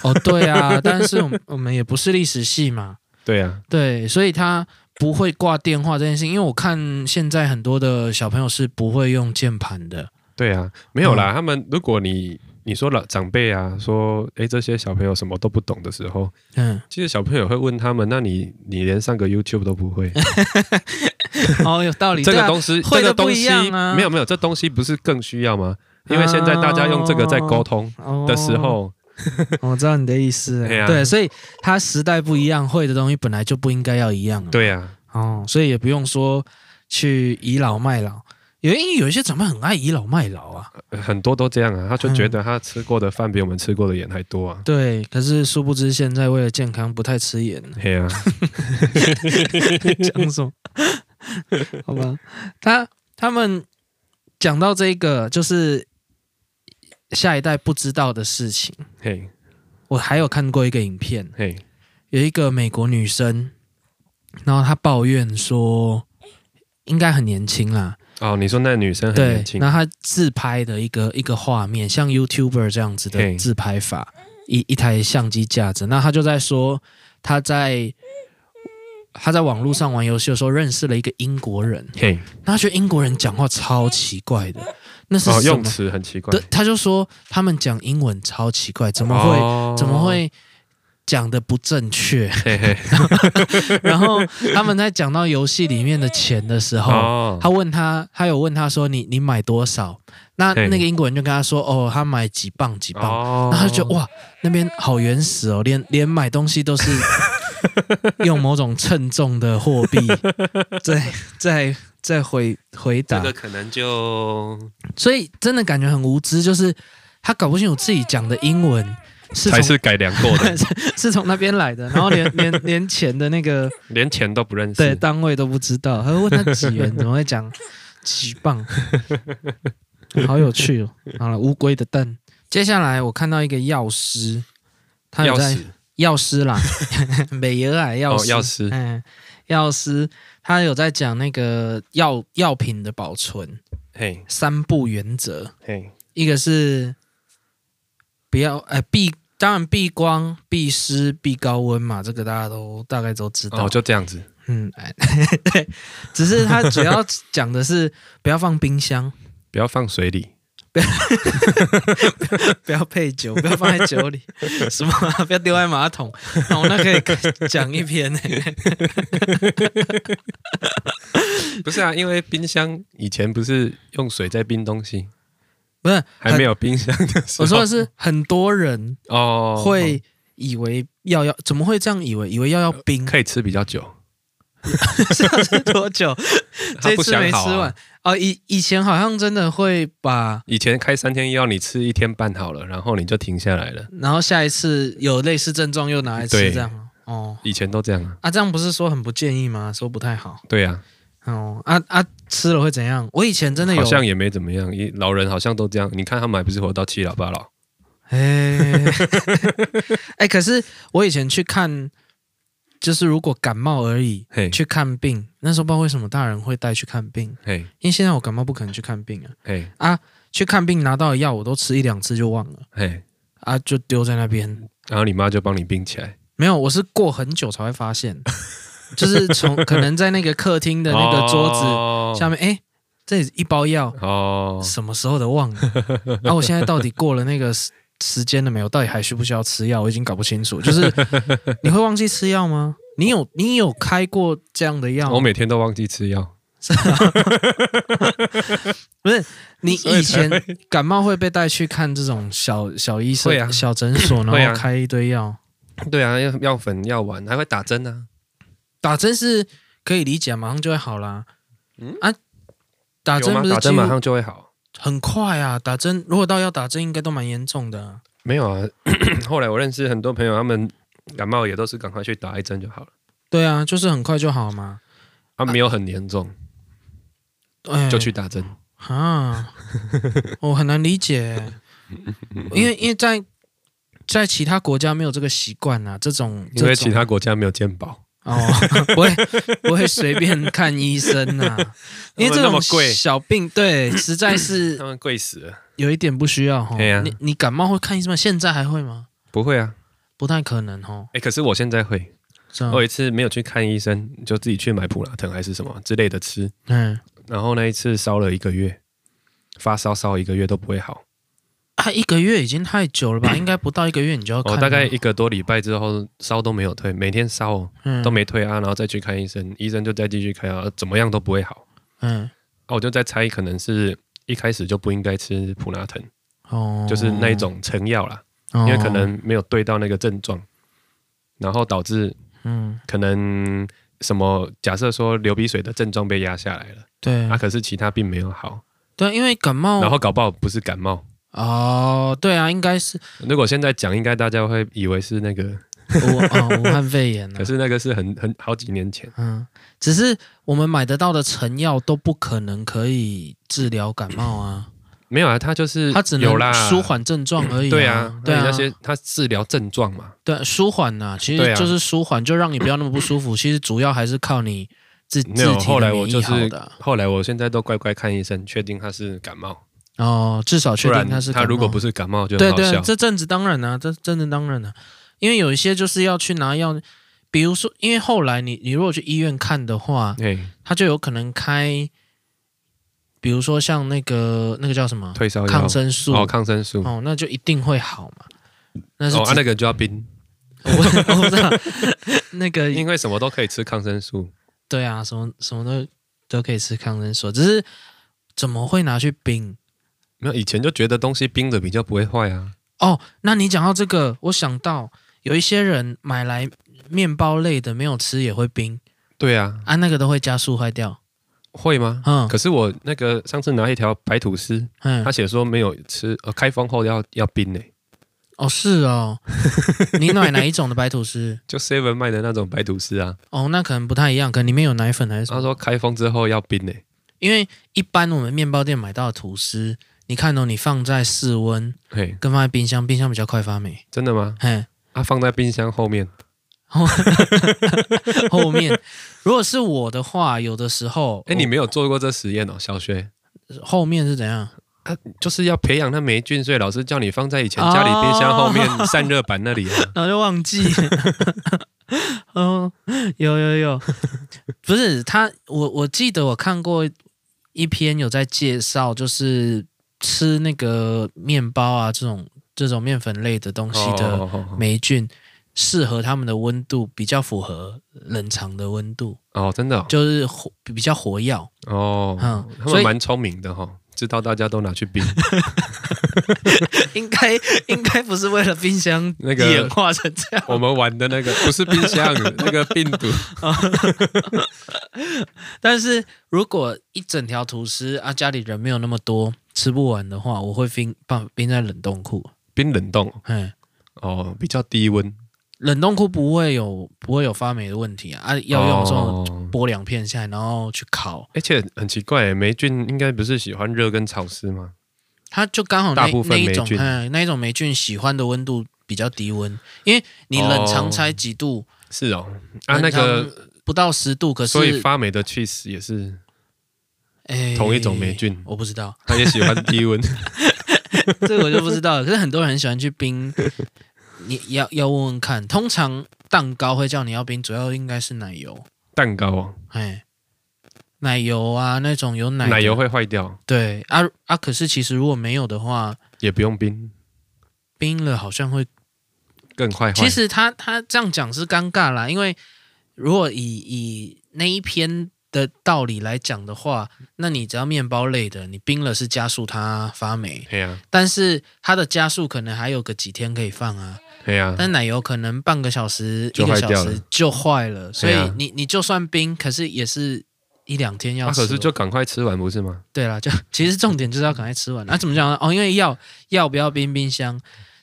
Speaker 2: 哦，对啊， 但是我们我们也不是历史系嘛，
Speaker 3: 对啊，
Speaker 2: 对，所以他不会挂电话这件事，因为我看现在很多的小朋友是不会用键盘的，
Speaker 3: 对啊，没有
Speaker 2: 嗯
Speaker 3: 啦。他们如果你你说老长辈啊，说诶这些小朋友什么都不懂的时候，
Speaker 2: 嗯，
Speaker 3: 其实小朋友会问他们，那你你连上个 YouTube 都不 会，
Speaker 2: 哦，有道理，
Speaker 3: 这
Speaker 2: 对
Speaker 3: 个
Speaker 2: 啊
Speaker 3: 东西
Speaker 2: 会
Speaker 3: 这
Speaker 2: 的
Speaker 3: 个东
Speaker 2: 不一
Speaker 3: 西
Speaker 2: 样啊
Speaker 3: 没有没有，这东西不是更需要吗？因为现在大家用这个在沟通的时
Speaker 2: 哦
Speaker 3: 候，
Speaker 2: 我知道你的意思了，
Speaker 3: 对啊
Speaker 2: 对，所以他时代不一样，会的东西本来就不应该要一样啊。，
Speaker 3: 对啊，
Speaker 2: 哦，所以也不用说去倚老卖老，有因为有一些长辈很爱倚老卖老啊，
Speaker 3: 很多都这样啊，他就觉
Speaker 2: 嗯
Speaker 3: 得他吃过的饭比我们吃过的盐还多啊。
Speaker 2: 对，可是殊不知现在为了健康不太吃盐，
Speaker 3: 嘿啊，
Speaker 2: 讲什么？ 好吧，他他们讲到这个就是下一代不知道的事情，
Speaker 3: 嘿
Speaker 2: 我还有看过一个影片，
Speaker 3: 嘿，
Speaker 2: 有一个美国女生，然后她抱怨说，应该很年轻啦，
Speaker 3: 哦，你说那女生很
Speaker 2: 对
Speaker 3: 年，轻
Speaker 2: 那他自拍的一个一个画面，像 YouTuber 这样子的
Speaker 3: 嘿
Speaker 2: 自拍法，一一台相机架着，那他就在说他在他在网络上玩游戏的时候认识了一个英国人，
Speaker 3: 嘿，
Speaker 2: 那他觉得英国人讲话超奇怪的，那是
Speaker 3: 哦，
Speaker 2: 什
Speaker 3: 用
Speaker 2: 么？
Speaker 3: 词很奇怪
Speaker 2: 对，，他就说他们讲英文超奇怪，怎么会、
Speaker 3: 哦
Speaker 2: 怎么？会讲的不正确？
Speaker 3: 嘿嘿，
Speaker 2: 然后他们在讲到游戏里面的钱的时候，
Speaker 3: 哦，
Speaker 2: 他问他，他有问他说你你买多少？那
Speaker 3: 嘿
Speaker 2: 那个英国人就跟他说哦，他买几磅几磅。
Speaker 3: 哦
Speaker 2: 那他就觉得哇，那边好原始哦，连连买东西都 是用某种称重的货 币在在在回回
Speaker 3: 这
Speaker 2: 答
Speaker 3: 个，可能就
Speaker 2: 所以真的感觉很无知，就是他搞不清楚自己讲的英文是
Speaker 3: 才
Speaker 2: 从
Speaker 3: 是改良过的，
Speaker 2: 是从那边来的，然后连连连钱的那个
Speaker 3: 连钱都不认
Speaker 2: 对
Speaker 3: 识。
Speaker 2: 单位都不知道， 还会问他几元，怎么会 讲几磅？好有趣 哦！好了，乌龟的蛋。接下来我看到一个药师，他有
Speaker 3: 钥
Speaker 2: 在
Speaker 3: 匙
Speaker 2: 药师 啦，美爷啊，药
Speaker 3: 哦，
Speaker 2: 师，
Speaker 3: 钥匙
Speaker 2: 嗯，药师，他有在讲那个药药品的保存
Speaker 3: 嘿
Speaker 2: 三不原则，
Speaker 3: 嘿，
Speaker 2: 一个是不要呃避，当然避光、避湿、避高温嘛，这个大家都大概都知道。
Speaker 3: 哦，就这样子。
Speaker 2: 嗯，哎 对，只是他主要讲的是不要放冰箱，
Speaker 3: 不要放水里，
Speaker 2: 不要配酒，不要放在酒里，什么啊、不要丢在马桶。哦，那可以讲一篇呢、
Speaker 3: 不是啊，因为冰箱以前不是用水在冰东西，
Speaker 2: 不是，
Speaker 3: 还没有冰箱的时候。
Speaker 2: 我说的是很多人
Speaker 3: 哦，
Speaker 2: 会以为要要，怎么会这样以为？以为要要冰，
Speaker 3: 可以吃比较久，
Speaker 2: 上次多久？
Speaker 3: 呃他
Speaker 2: 这
Speaker 3: 不
Speaker 2: 次
Speaker 3: 想
Speaker 2: 没吃
Speaker 3: 好啊
Speaker 2: 完。哦，以以前好像真的会把，
Speaker 3: 以前开三天药，你吃一天半好了，然后你就停下来了。
Speaker 2: 然后下一次有类似症状又拿来吃
Speaker 3: 对
Speaker 2: 这样。哦，
Speaker 3: 以前都这样啊，
Speaker 2: 啊，这样不是说很不建议吗？说不太好。
Speaker 3: 对啊，
Speaker 2: 哦啊啊，吃了会怎样？我以前真的有
Speaker 3: 好，像也没怎么样。一老人好像都这样，你看他们还不是活到七老八老？
Speaker 2: 哎 哎，可是我以前去看，就是如果感冒而已
Speaker 3: 嘿，
Speaker 2: 去看病，那时候不知道为什么大人会带去看病，
Speaker 3: 嘿，
Speaker 2: 因为现在我感冒不可能去看病啊，
Speaker 3: 嘿，
Speaker 2: 去看病拿到的药我都吃一两次就忘了
Speaker 3: 嘿，
Speaker 2: 啊，就丢在那边。
Speaker 3: 然后你妈就帮你冰起来。
Speaker 2: 没有，我是过很久才会发现，就是从可能在那个客厅的
Speaker 3: 哦
Speaker 2: 那个桌子
Speaker 3: 子
Speaker 2: 下面，哎、这里一包药，
Speaker 3: 哦，
Speaker 2: 什么时候的忘了？ 啊，我现在到底过了那个时时间了没有？到底还需不需要吃药？我已经搞不清楚。 就是你会忘记吃药吗？你有你有开过这样的药
Speaker 3: 我
Speaker 2: 吗？
Speaker 3: 每天都忘记吃药。
Speaker 2: 你
Speaker 3: 所以
Speaker 2: 以前 感冒会被带去看这种小小医生、
Speaker 3: 会啊
Speaker 2: 小诊 所，
Speaker 3: 会啊
Speaker 2: 然后开一堆药。
Speaker 3: 对啊，药药粉、药丸，还会打针啊。
Speaker 2: 打针是可以理解，马上就会好啦。
Speaker 3: 嗯
Speaker 2: 啊，打针
Speaker 3: 有吗
Speaker 2: 不是
Speaker 3: 打针
Speaker 2: 几乎
Speaker 3: 马上就会好？
Speaker 2: 很快啊？打针如果到要打针，应该都蛮严重的啊、
Speaker 3: 没有啊， 后来我认识很多朋友，他们感冒也都是赶快去打一针就好了，
Speaker 2: 对啊，就是很快就好嘛。
Speaker 3: 他没有很严重，
Speaker 2: 哎
Speaker 3: 就去打针。
Speaker 2: 啊，我很难理解， 因为因为在在其他国家没有这个习惯啊，这种
Speaker 3: 因为
Speaker 2: 这种
Speaker 3: 其他国家没有健保，
Speaker 2: 哦 不会不会随便看医生 呐、啊，因为这
Speaker 3: 那
Speaker 2: 种
Speaker 3: 么贵
Speaker 2: 小病对实在是
Speaker 3: 他们贵死了。
Speaker 2: 有一点不需要哈。
Speaker 3: 对啊
Speaker 2: 你你感冒会看医生吗？现在还会吗？
Speaker 3: 不会啊，
Speaker 2: 不太可能哦，
Speaker 3: 哎，可是我现在会。
Speaker 2: 是吧
Speaker 3: 哦我？有一次没有去看医生，就自己去买普拉疼还是什么之类的吃，
Speaker 2: 嗯，
Speaker 3: 然后那一次烧了一个月，发烧烧一个月都不会好。
Speaker 2: 啊，一个月已经太久了吧？应该不到一个月你就要看哦
Speaker 3: 我嗯
Speaker 2: 了、
Speaker 3: 哦大概一个多礼拜之后烧都没有退，每天烧哦
Speaker 2: 嗯
Speaker 3: 都没退啊，然后再去看医生，医生就再继续开药，怎么样都不会好。
Speaker 2: 嗯
Speaker 3: 啊，我就在猜，可能是一开始就不应该吃普拉疼，
Speaker 2: 哦，
Speaker 3: 就是那一种成药啦，
Speaker 2: 哦，
Speaker 3: 因为可能没有对到那个症状，然后导致
Speaker 2: 嗯
Speaker 3: 可能什么，假设说流鼻水的症状被压下来了，
Speaker 2: 对
Speaker 3: 啊，可是其他并没有好，
Speaker 2: 对，因为感冒
Speaker 3: 然后搞不好不是感冒。
Speaker 2: 哦，对啊，应该是
Speaker 3: 如果现在讲，应该大家会以为是那个，
Speaker 2: 武哦武汉肺炎、啊。
Speaker 3: 可是那个是很很好几年前，
Speaker 2: 嗯，只是我们买得到的成药都不可能可以治疗感冒啊，
Speaker 3: 没有啊，他 就是
Speaker 2: 它只
Speaker 3: 有
Speaker 2: 能
Speaker 3: 啦，
Speaker 2: 舒缓症状而 已、
Speaker 3: 对
Speaker 2: 啊
Speaker 3: 啊，，
Speaker 2: 对
Speaker 3: 那你，
Speaker 2: 啊
Speaker 3: 那些他治疗症状嘛，
Speaker 2: 对舒缓呐、其
Speaker 3: 对
Speaker 2: 实
Speaker 3: 啊
Speaker 2: 就是舒缓，就让你不要那么不舒服。其实主要还是靠你自
Speaker 3: 没
Speaker 2: 自
Speaker 3: 有，
Speaker 2: 体
Speaker 3: 后来
Speaker 2: 的
Speaker 3: 我
Speaker 2: 免
Speaker 3: 就
Speaker 2: 疫好
Speaker 3: 是
Speaker 2: 的啊、
Speaker 3: 后来我现在都乖乖看医生，确定他是感冒，
Speaker 2: 哦，至少确
Speaker 3: 不然
Speaker 2: 定他是
Speaker 3: 他如果不
Speaker 2: 是
Speaker 3: 是感冒就很
Speaker 2: 对
Speaker 3: 好
Speaker 2: 对，
Speaker 3: 笑。
Speaker 2: 这阵子当然啊，这阵子当然啊，因为有一些就是要去拿药，比如说，因为后来你你如果去医院看的话，
Speaker 3: 哎，
Speaker 2: 他就有可能开，比如说像那个那个叫什么
Speaker 3: 退烧药
Speaker 2: 抗生素
Speaker 3: 哦，抗生素哦，
Speaker 2: 哦那就一定会好嘛。那是
Speaker 3: 啊
Speaker 2: 只
Speaker 3: 那个就要冰，
Speaker 2: 我不我不知道 那个
Speaker 3: 因为什么都可以吃抗生素，
Speaker 2: 对啊，什么什么都都可以吃抗生素，只是怎么会拿去冰？
Speaker 3: 没有以前就觉得东西冰的比较不会坏啊。
Speaker 2: 哦，那你讲到这个，我想到有一些人买来面包类的没有吃也会冰
Speaker 3: 对啊，
Speaker 2: 啊，那个都会加速坏掉。
Speaker 3: 会吗？
Speaker 2: 嗯
Speaker 3: 可是我那个上次拿一条白吐司，
Speaker 2: 嗯
Speaker 3: 他，写说没有吃，呃，开封后要要冰呢、
Speaker 2: 哦是哦，你买哪一种的白吐司？
Speaker 3: 就 Seven 卖的那种白吐司啊。
Speaker 2: 哦，那可能不太一样，可能里面有奶粉还是什么？
Speaker 3: 他说开封之后要冰呢、
Speaker 2: 因为一般我们面包店买到的吐司，你看哦，你放在室温
Speaker 3: 嘿，
Speaker 2: 跟放在冰箱，冰箱比较快发霉。
Speaker 3: 真的吗？
Speaker 2: 嘿，
Speaker 3: 啊，放在冰箱后面，
Speaker 2: 后面如果是我的话，有的时候，
Speaker 3: 哎、你没有做过这实验哦，小学
Speaker 2: 后面是怎样？
Speaker 3: 啊，就是要培养那霉菌，所以老师叫你放在以前家里冰箱后
Speaker 2: 哦
Speaker 3: 面散热板那里啊。
Speaker 2: 然后就忘 记。嗯，有有有，不是他，我我记得我看过一篇有在介绍，就是吃那个面包啊这种这种面粉类的东西的
Speaker 3: 哦
Speaker 2: 霉菌，适合他们的温度比较符合冷藏的温度，
Speaker 3: 哦，真的哦，
Speaker 2: 就是活比较活药。
Speaker 3: 哦
Speaker 2: 嗯
Speaker 3: 他
Speaker 2: 所
Speaker 3: 们
Speaker 2: 以
Speaker 3: 蛮聪明的哈、哦，知道大家都拿去冰。
Speaker 2: 应该应该不是为了冰箱
Speaker 3: 那个
Speaker 2: 演化成这样。
Speaker 3: 我们玩的 那个不是冰箱，那个病毒
Speaker 2: 但是如果一整条吐司啊，家里人没有那么多，吃不完的话，我会冰放冰在冷冻库。
Speaker 3: 冰冷冻哦
Speaker 2: 哎，
Speaker 3: 哦，比较低温。
Speaker 2: 冷冻库不会有不会有发霉的问题啊，啊要用的时候
Speaker 3: 哦
Speaker 2: 剥两片下来，然后去烤，
Speaker 3: 而且很奇怪，欸霉菌应该不是喜欢热跟潮湿吗？
Speaker 2: 它就刚好那
Speaker 3: 大部分
Speaker 2: 那一
Speaker 3: 霉
Speaker 2: 种
Speaker 3: 菌
Speaker 2: 哎那一种霉菌喜欢的温度比较低温，因为你冷藏才几度，
Speaker 3: 是哦，啊，
Speaker 2: 冷
Speaker 3: 那
Speaker 2: 藏
Speaker 3: 个，
Speaker 2: 不到十度，可
Speaker 3: 所以
Speaker 2: 是
Speaker 3: 发霉的 cheese 也是，
Speaker 2: 哎
Speaker 3: 同一种霉菌
Speaker 2: 我不知道。
Speaker 3: 它也喜欢低温。
Speaker 2: 这个我就不知道了。可是很多人很喜欢去冰， 你要要问问看。通常蛋糕会叫你要冰，主要应该是奶油，
Speaker 3: 蛋糕哦，
Speaker 2: 哎，奶油啊那种有奶的
Speaker 3: 奶油会坏掉，
Speaker 2: 对啊啊。可是其实如果没有的话，
Speaker 3: 也不用冰，
Speaker 2: 冰了好像会。
Speaker 3: 更坏坏。
Speaker 2: 其实他他这样讲是尴尬啦，因为如果以以那一篇。的道理来讲的话，那你只要面包类的，你冰了是加速它发霉，
Speaker 3: 嘿呀，
Speaker 2: 但是它的加速可能还有个几天可以放啊。
Speaker 3: 嘿呀，
Speaker 2: 但奶油可能半个小时、一
Speaker 3: 嗯就
Speaker 2: 个
Speaker 3: 坏
Speaker 2: 小
Speaker 3: 掉
Speaker 2: 时
Speaker 3: 了
Speaker 2: 就坏了，所以
Speaker 3: 对啊
Speaker 2: 你你就算冰，可是也是一两天要
Speaker 3: 啊，
Speaker 2: 吃完。
Speaker 3: 可是就赶快吃完不是吗？
Speaker 2: 对了，就其实重点就是要赶快吃完。那、怎么讲呢？哦，因为要要不要冰冰箱，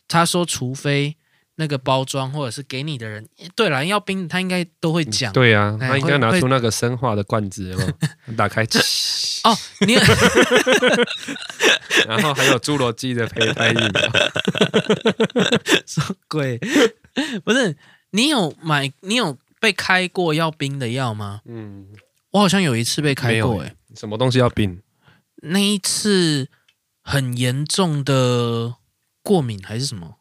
Speaker 2: 他说除非那个包装或者是给你的人，对了，要冰他应该都会讲。
Speaker 3: 嗯对呀，
Speaker 2: 哎
Speaker 3: 他应该
Speaker 2: 会
Speaker 3: 拿
Speaker 2: 会
Speaker 3: 出那个生化的罐子，有没 有打开，
Speaker 2: 哦，你
Speaker 3: 然后还有侏罗纪的胚胎疫苗，
Speaker 2: 鬼 不是你有买你有被开过要冰的药吗？
Speaker 3: 嗯，
Speaker 2: 我好像有一次被
Speaker 3: 没
Speaker 2: 开
Speaker 3: 有
Speaker 2: 过、欸，
Speaker 3: 什么东西要冰？
Speaker 2: 那一次很严重的过敏还是什么，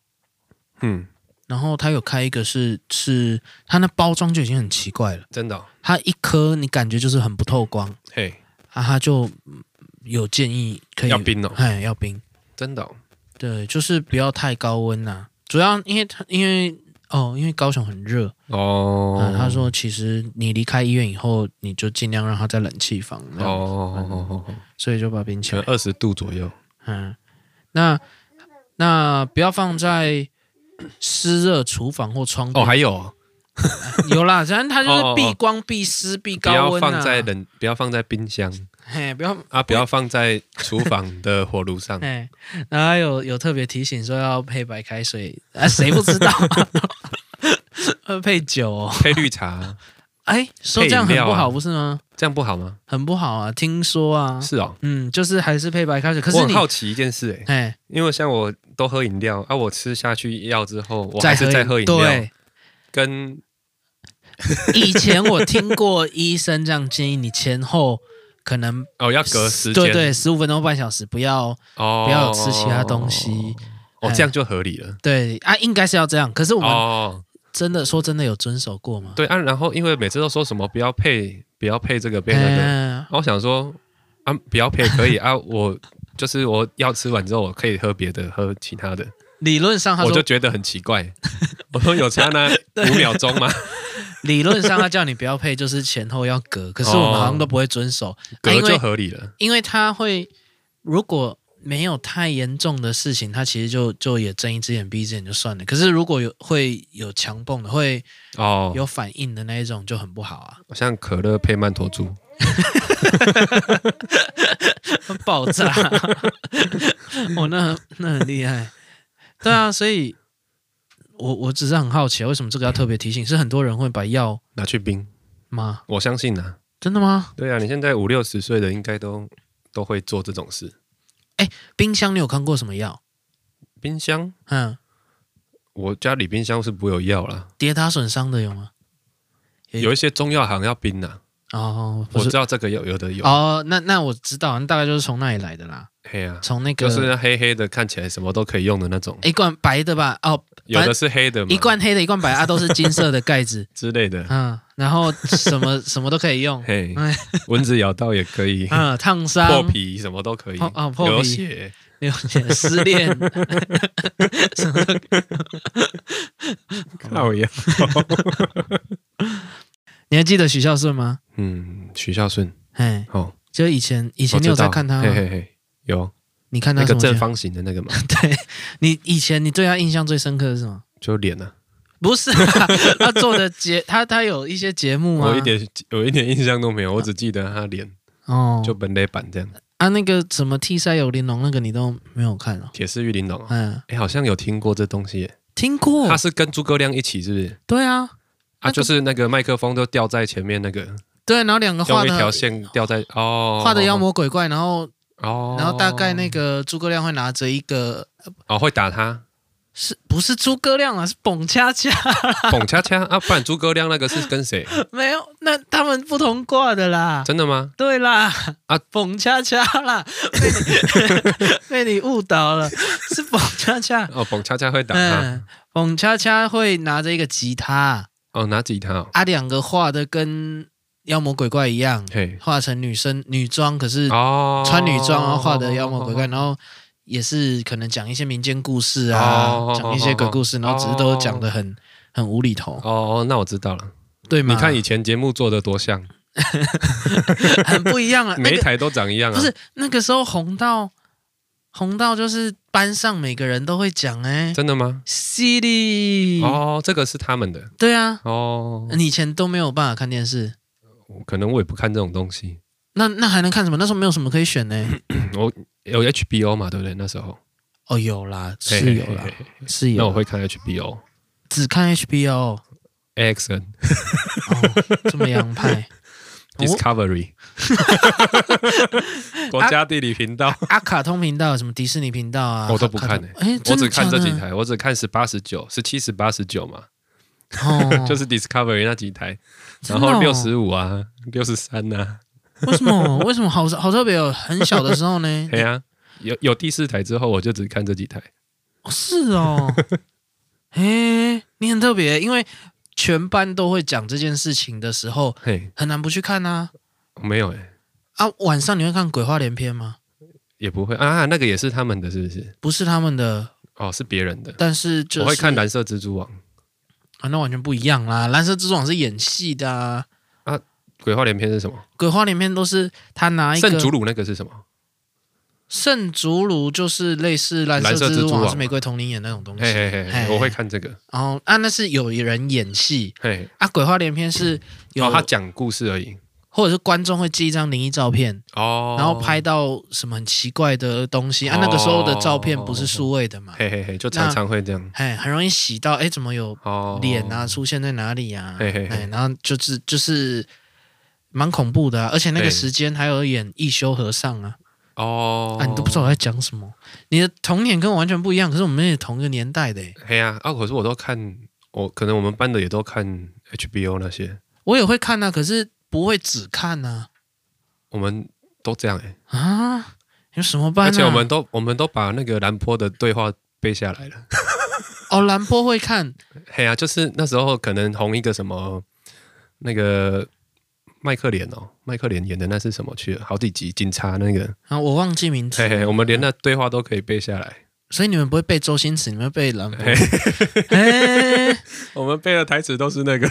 Speaker 3: 嗯，
Speaker 2: 然后他有开一个是是它那包装就已经很奇怪了，
Speaker 3: 真的哦，
Speaker 2: 它一颗你感觉就是很不透光
Speaker 3: 嘿，
Speaker 2: 啊，他就嗯有建议可以
Speaker 3: 要，冰哦，
Speaker 2: 哎，要冰，
Speaker 3: 真的哦，
Speaker 2: 对，就是不要太高温呐、主要因为它因为哦，因为高雄很热，
Speaker 3: 哦
Speaker 2: 啊，他说其实你离开医院以后，你就尽量让它在冷气房，
Speaker 3: 哦
Speaker 2: 哦，
Speaker 3: 哦哦哦哦，
Speaker 2: 所以就把它冰起
Speaker 3: 全
Speaker 2: 来。
Speaker 3: 二十度左右。
Speaker 2: 嗯，那那不要放在湿热厨房或窗边。
Speaker 3: 哦，还有哦
Speaker 2: 有啦，反正它就
Speaker 3: 哦哦
Speaker 2: 是
Speaker 3: 哦
Speaker 2: 避光、避湿、避
Speaker 3: 不
Speaker 2: 高
Speaker 3: 要
Speaker 2: 温、啊、
Speaker 3: 放在冷，不要放在冰箱
Speaker 2: 嘿，不要。
Speaker 3: 啊，不要放在厨房的火炉上
Speaker 2: 哎，然后还有有特别提醒说要配白开水，啊，谁不知道、 啊？呃配酒、哦，
Speaker 3: 配绿茶，
Speaker 2: 哎，说这样
Speaker 3: 配
Speaker 2: 很
Speaker 3: 饮料啊
Speaker 2: 不好，不是吗？
Speaker 3: 这样不好吗？
Speaker 2: 很不好啊，听说啊，
Speaker 3: 是哦，
Speaker 2: 嗯，就是还是配白开水，可
Speaker 3: 我
Speaker 2: 是
Speaker 3: 很
Speaker 2: 你，
Speaker 3: 好奇一件事，哎，
Speaker 2: 哎，
Speaker 3: 因为像我都喝饮料啊，我吃下去药之后，我还是在喝饮料，
Speaker 2: 对，
Speaker 3: 跟
Speaker 2: 以前我听过医生这样建议你前后可能
Speaker 3: 哦，要隔时间，
Speaker 2: 对对，十五分钟半小时，不要
Speaker 3: 哦，
Speaker 2: 不要有吃其他东西。
Speaker 3: 哦，
Speaker 2: 哎
Speaker 3: 这样就合理了。
Speaker 2: 对啊，应该是要这样。可是我们
Speaker 3: 哦，
Speaker 2: 真的说真的有遵守过吗？
Speaker 3: 对啊，然后因为每次都说什么不要配，不要配这个配那个，
Speaker 2: 嗯，
Speaker 3: 然后我想说啊，不要配可以啊，我就是我要吃完之后，我可以喝别的，喝其他的，
Speaker 2: 理论上他
Speaker 3: 我就
Speaker 2: 说，
Speaker 3: 觉得很奇怪。我说有差那五 秒钟吗？
Speaker 2: 理论上他叫你不要配，就是前后要隔。可是我们好像都不会遵守，啊
Speaker 3: 隔
Speaker 2: 因
Speaker 3: 就
Speaker 2: 为
Speaker 3: 合理了。
Speaker 2: 因为他会如果没有太严重的事情，他其实就就也睁一只眼闭一只眼就算了。可是如果有会有强蹦的，会
Speaker 3: 哦，
Speaker 2: 有反应的那一种就很不好啊，
Speaker 3: 像可乐配曼陀珠，
Speaker 2: 爆炸！哦，那那很厉害，对啊，所以我我只是很好奇，为什么这个要特别提醒？是很多人会把药
Speaker 3: 拿去冰，
Speaker 2: 吗？
Speaker 3: 我相信啊。
Speaker 2: 真的吗？
Speaker 3: 对啊，你现在五六十岁的应该都都会做这种事。
Speaker 2: 冰箱你有看过什么药？
Speaker 3: 冰箱，
Speaker 2: 嗯，
Speaker 3: 我家里冰箱是不会有药啦，
Speaker 2: 跌打损伤的有吗？诶
Speaker 3: 有一些中药行要冰啊，
Speaker 2: 哦，
Speaker 3: 我
Speaker 2: 不
Speaker 3: 知
Speaker 2: 是
Speaker 3: 道这个有有的有，
Speaker 2: 哦，那那我知道，那大概就是从那里来的啦，
Speaker 3: 嘿啊，
Speaker 2: 从那个
Speaker 3: 就是黑黑的，看起来什么都可以用的那种，
Speaker 2: 一罐白的吧？哦，
Speaker 3: 有的是黑的嘛，，
Speaker 2: 一罐黑的，一罐白的，啊，都是金色的盖子
Speaker 3: 之类的，
Speaker 2: 嗯，然后什 么什么都可以用，
Speaker 3: 嘿
Speaker 2: 哎，
Speaker 3: 蚊子咬到也可 以，
Speaker 2: 嗯，烫伤、
Speaker 3: 破皮什么都可以
Speaker 2: 哦哦，破皮
Speaker 3: 流血，
Speaker 2: 流血、失 恋，什么都哦
Speaker 3: 靠呀，
Speaker 2: 你还记得许孝顺吗？
Speaker 3: 嗯，许孝顺，
Speaker 2: 哎，
Speaker 3: 哦，
Speaker 2: 就以前以
Speaker 3: 以
Speaker 2: 前你有在看他
Speaker 3: 嘿
Speaker 2: 吗？
Speaker 3: 嘿嘿，有
Speaker 2: 你看他
Speaker 3: 那
Speaker 2: 什
Speaker 3: 个
Speaker 2: 么
Speaker 3: 正
Speaker 2: 片？
Speaker 3: 方形的那个 嘛，
Speaker 2: 对你以前你对他印象最深刻的是什么？
Speaker 3: 就脸啊，
Speaker 2: 不是、啊， 他做的节，他他有一些节目啊，
Speaker 3: 我一点我一点印象都没有，我只记得他脸
Speaker 2: 哦，
Speaker 3: 就本垒版这样，
Speaker 2: 啊那个什么替塞有玲珑那个你都没有看哦，
Speaker 3: 铁丝玉玲珑哦，
Speaker 2: 嗯，
Speaker 3: 哎，好像有听过这东西耶，
Speaker 2: 听过
Speaker 3: 他，是跟诸葛亮一起是不是？
Speaker 2: 对啊，哦那
Speaker 3: 啊，
Speaker 2: 个
Speaker 3: 就是那个麦克风都吊在前面那个，
Speaker 2: 对，啊然后两个画
Speaker 3: 用一条
Speaker 2: 的
Speaker 3: 线吊在哦，
Speaker 2: 画的妖魔鬼怪，然后
Speaker 3: 哦，
Speaker 2: 然后大概那个诸葛亮会拿着一个，
Speaker 3: 哦会打他，
Speaker 2: 是不是诸葛亮啊？是蹦恰恰，
Speaker 3: 蹦恰恰啊，不然诸葛亮那个是跟谁？
Speaker 2: 没有，那他们不同挂的啦。
Speaker 3: 真的吗？
Speaker 2: 对啦，啊，蹦恰恰啦，被你 被你误导了，是蹦恰恰。
Speaker 3: 哦，蹦恰恰会打他，
Speaker 2: 嗯，蹦恰恰会拿着一个吉他，
Speaker 3: 哦，拿吉他哦，
Speaker 2: 啊，两个画的跟妖魔鬼怪一样，
Speaker 3: 嘿，
Speaker 2: 画成女生女装，可是
Speaker 3: 哦，
Speaker 2: 穿女装然后画的妖魔鬼怪，然后也是可能讲一些民间故事啊
Speaker 3: 哦，
Speaker 2: 讲一些鬼故事，然后只是都讲的很很无厘头，
Speaker 3: 哦，哦，那我知道了。
Speaker 2: 对吗？
Speaker 3: 你看以前节目做的多像，
Speaker 2: 很不一 样啊，
Speaker 3: 每
Speaker 2: 啊那
Speaker 3: 一
Speaker 2: 个
Speaker 3: 台都长一样啊。
Speaker 2: 不是那个时候红到红到就是班上每个人都会讲哎，
Speaker 3: 真的吗？
Speaker 2: 犀利，
Speaker 3: 哦，这个是他们的
Speaker 2: 对啊，
Speaker 3: 哦，
Speaker 2: 你以前都没有办法看电视。
Speaker 3: 可能我也不看这种东西。
Speaker 2: 那那还能看什么？那时候没有什么可以选呢。
Speaker 3: 嗯我有 HBO 嘛，对不对？那时候
Speaker 2: 哦，有啦，是有
Speaker 3: 嘿
Speaker 2: 啦
Speaker 3: 嘿，嘿嘿
Speaker 2: 是有啦。
Speaker 3: 那我会看 HBO。
Speaker 2: 只看 HBO，哦，
Speaker 3: AXN
Speaker 2: 这么 洋派。我
Speaker 3: Discovery，国家地理频道，
Speaker 2: 啊，卡通频道什么迪士尼频道啊，
Speaker 3: 我都不看
Speaker 2: 呢
Speaker 3: 欸。
Speaker 2: 哎，
Speaker 3: 我
Speaker 2: 真
Speaker 3: 只
Speaker 2: 的
Speaker 3: 看这
Speaker 2: 假的
Speaker 3: 几。台，我只看十八、十九、十七、十八、十九嘛，
Speaker 2: 哦
Speaker 3: ，就是 Discovery 那几台，然
Speaker 2: 真的哦
Speaker 3: 后六十五啊、六十三啊，？
Speaker 2: 为什么？为什么好好特别哦？很小的时候呢
Speaker 3: 嘿啊，有有第四台之后，我就只看这几台。
Speaker 2: 哦是 哦，哎，你很特别，因为全班都会讲这件事情的时候，
Speaker 3: 嘿，
Speaker 2: 很难不去看啊。
Speaker 3: 没有哎、
Speaker 2: 啊，晚上你会看鬼话连篇吗？
Speaker 3: 也不会啊，那个也是他们的，是不是？
Speaker 2: 不是他们的，
Speaker 3: 哦，是别人的。
Speaker 2: 但是就是
Speaker 3: 我会看蓝色蜘蛛网、
Speaker 2: 啊，那完全不一样啦。蓝色蜘蛛网是演戏的啊，
Speaker 3: 鬼话连篇是什么？
Speaker 2: 鬼话连篇都是他啊拿一个
Speaker 3: 圣祖鲁那个是什么？
Speaker 2: 圣竹炉就是类似蓝
Speaker 3: 蓝
Speaker 2: 色
Speaker 3: 色蜘
Speaker 2: 蜘蛛
Speaker 3: 蛛网
Speaker 2: 网
Speaker 3: 嘛
Speaker 2: 是玫瑰童林演那种东西，
Speaker 3: 嘿嘿嘿
Speaker 2: 嘿
Speaker 3: 嘿，我会看这个。
Speaker 2: 然后啊那是有人演戏
Speaker 3: 嘿，
Speaker 2: 啊，鬼话连篇是有、
Speaker 3: 哦，他讲故事而已。
Speaker 2: 或者是观众会寄一张灵异照片，
Speaker 3: 哦，
Speaker 2: 然后拍到什么很奇怪的东西、啊，那个时候的照片不是数位的嘛，
Speaker 3: 哦嘿嘿嘿，就常常会这样。
Speaker 2: 哎，很容易洗到哎怎么有
Speaker 3: 哦，
Speaker 2: 脸啊、，出现在哪里啊，
Speaker 3: 嘿嘿嘿
Speaker 2: 哎，然后就是就是蛮恐怖的、啊，而且那个
Speaker 3: 嘿
Speaker 2: 时间还有演一休和尚啊，
Speaker 3: 哦，
Speaker 2: 啊你都不知道我在讲什么，你的童年跟我完全不一样，可是我们也同一个年代的、哎
Speaker 3: 啊嘿呀、啊，可是我都看，我可能我们班的也都看 HBO 那些，
Speaker 2: 我也会看啊，可是不会只看啊
Speaker 3: 我们都这样哎、
Speaker 2: 啊！你们什么班、啊？
Speaker 3: 而且我们都我们都把那个兰坡的对话背下来了。
Speaker 2: 哦，兰波会看，
Speaker 3: 嘿啊，就是那时候可能红一个什么那个麦克连哦，麦克连演的那是什么去了？好几集警察那个，
Speaker 2: 啊，我忘记名字
Speaker 3: 嘿
Speaker 2: 了，
Speaker 3: 嘿，我们连那对话都可以背下来，
Speaker 2: 所以你们不会背周星驰，你们会背兰波。
Speaker 3: 嘿
Speaker 2: 哎、
Speaker 3: 嗯 我们背的台词都是那个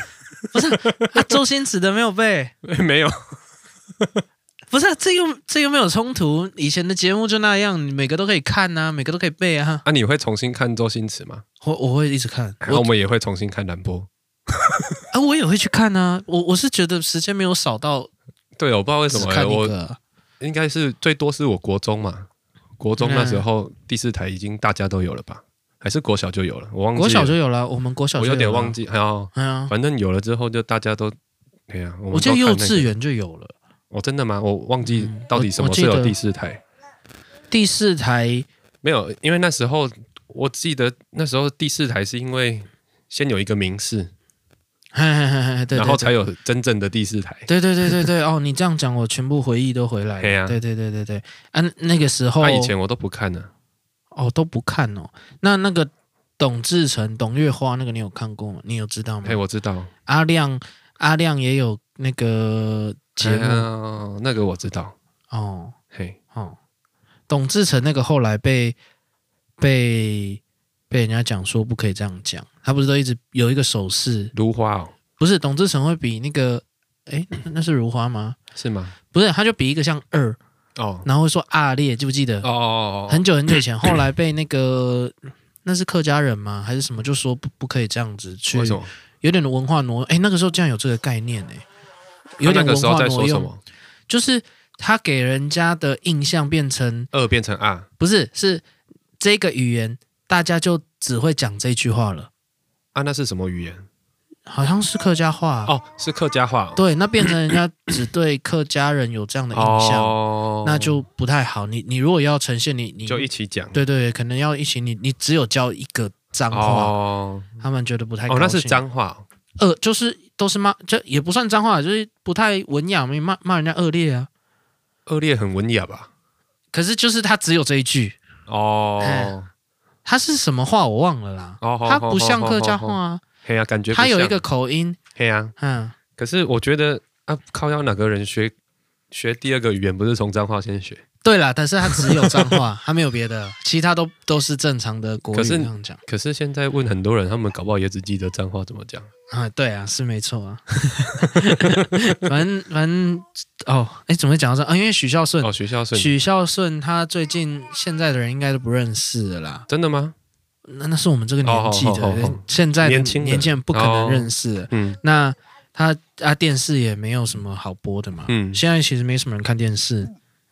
Speaker 2: 啊，周星驰的没有背，
Speaker 3: 没有，
Speaker 2: 不是、啊、这又这又没有冲突。以前的节目就那样，你每个都可以看呐、啊，每个都可以背啊。
Speaker 3: 啊，你会重新看周星驰吗？
Speaker 2: 我我会一直看，
Speaker 3: 然后
Speaker 2: 我
Speaker 3: 我们也会重新看兰波。
Speaker 2: 啊我也会去看啊。我我是觉得时间没有少到
Speaker 3: 对，我不知道为什
Speaker 2: 只
Speaker 3: 么、
Speaker 2: 看一
Speaker 3: 我
Speaker 2: 个啊、
Speaker 3: 应该是最多是我国中嘛，国中那时候第四台已经大家都有了吧？还是国小就有了？我忘记了
Speaker 2: 国小就有了，我们国小
Speaker 3: 我
Speaker 2: 就
Speaker 3: 有点
Speaker 2: 了
Speaker 3: 忘。记，哦还有
Speaker 2: 哎呀，
Speaker 3: 反正有了之后就大家都哎呀，我们
Speaker 2: 我记
Speaker 3: 就
Speaker 2: 得幼稚园就有了。
Speaker 3: 哦，真的吗？我忘记
Speaker 2: 嗯
Speaker 3: 到底
Speaker 2: 我
Speaker 3: 什么
Speaker 2: 我
Speaker 3: 时
Speaker 2: 记
Speaker 3: 候有
Speaker 2: 得
Speaker 3: 第四台，
Speaker 2: 第四台
Speaker 3: 没有，因为那时候我记得那时候第四台是因为先有一个名士，
Speaker 2: 嘿嘿嘿嘿，对，
Speaker 3: 然后
Speaker 2: 对
Speaker 3: 才。有真正的第四台。
Speaker 2: 对对对对对，哦，你这样讲，我全部回忆都 回来
Speaker 3: 嘿
Speaker 2: 了。
Speaker 3: 啊
Speaker 2: 对对对对对，啊，那个时候
Speaker 3: 那以前我都不看呢，
Speaker 2: 哦都不看哦。那那个董志成、董月花那个你有看过吗？你有知道吗
Speaker 3: 哎，？我知道
Speaker 2: 阿亮，阿亮也有那个节目、
Speaker 3: 哎呀那个我知道，
Speaker 2: 哦
Speaker 3: 嘿，
Speaker 2: 哦。董志成那个后来被被被人家讲说不可以这样讲，他不是都一直有一个手势，
Speaker 3: 如花哦，
Speaker 2: 不是董志成会比那个哎那那是如花吗？
Speaker 3: 是吗？
Speaker 2: 不是，他就比一个像二，
Speaker 3: 哦
Speaker 2: 然后会说啊烈，记不记得？
Speaker 3: 哦哦哦
Speaker 2: 很久很久以前，后来被那个那是客家人吗？还是什么？就说不不可以这样子去
Speaker 3: 哦，为，什么？
Speaker 2: 有点文化挪。哎、那个时候竟然有这个概念哎、有
Speaker 3: 他那
Speaker 2: 点
Speaker 3: 个
Speaker 2: 文
Speaker 3: 时候
Speaker 2: 化
Speaker 3: 在
Speaker 2: 挪
Speaker 3: 说什
Speaker 2: 用，
Speaker 3: 么？
Speaker 2: 就是他给人家的印象变成
Speaker 3: 二变成啊二，
Speaker 2: 不是是这个语言，大家就只会讲这句话了，
Speaker 3: 啊，那是什么语言？
Speaker 2: 好像是客家话。
Speaker 3: 哦，是客家话哦。
Speaker 2: 对，那变成人家只对客家人有这样的印象，
Speaker 3: 哦
Speaker 2: 那就不太好。你你如果要呈现你你
Speaker 3: 就一起讲。
Speaker 2: 对对，可能要一起你你只有教一个脏话，
Speaker 3: 哦
Speaker 2: 他们觉得不太
Speaker 3: 哦，那是
Speaker 2: 脏
Speaker 3: 脏话
Speaker 2: 呃，就是都是骂，这也不算脏话，就是不太文雅，没骂骂人家恶劣啊。
Speaker 3: 哦，恶劣很文雅吧？
Speaker 2: 可是就是他只有这一句，
Speaker 3: 哦
Speaker 2: 嗯，他是什么话我忘了啦，
Speaker 3: 哦，
Speaker 2: 他不像客家话
Speaker 3: 哦，
Speaker 2: 啊，
Speaker 3: 嘿啊，感觉不
Speaker 2: 他有一
Speaker 3: 像
Speaker 2: 个口音，
Speaker 3: 嘿啊，
Speaker 2: 嗯，
Speaker 3: 可是我觉得啊，靠要哪个人学学第二个语言，不是从脏话先学？
Speaker 2: 对啦，但是他只有脏 话，他没有别的，其他都都是正常的国
Speaker 3: 可
Speaker 2: 语
Speaker 3: 是
Speaker 2: 这样讲
Speaker 3: 可是现在问很多人，他们搞不好也只记得脏话怎么讲。
Speaker 2: 啊，对啊，是没 错啊，反正反正哦，哎，怎么会讲到这啊？因为许孝顺，
Speaker 3: 哦，学校是
Speaker 2: 许孝顺他最近现在的人应该都不认识了啦，
Speaker 3: 真的吗？
Speaker 2: 那那是我们这个年纪的，
Speaker 3: 哦哦哦哦
Speaker 2: 现在的
Speaker 3: 年轻人
Speaker 2: 年轻人不可能认识。
Speaker 3: 嗯
Speaker 2: 那他啊，电视也没有什么好播的嘛。
Speaker 3: 嗯，
Speaker 2: 现在其实没什么人看电视，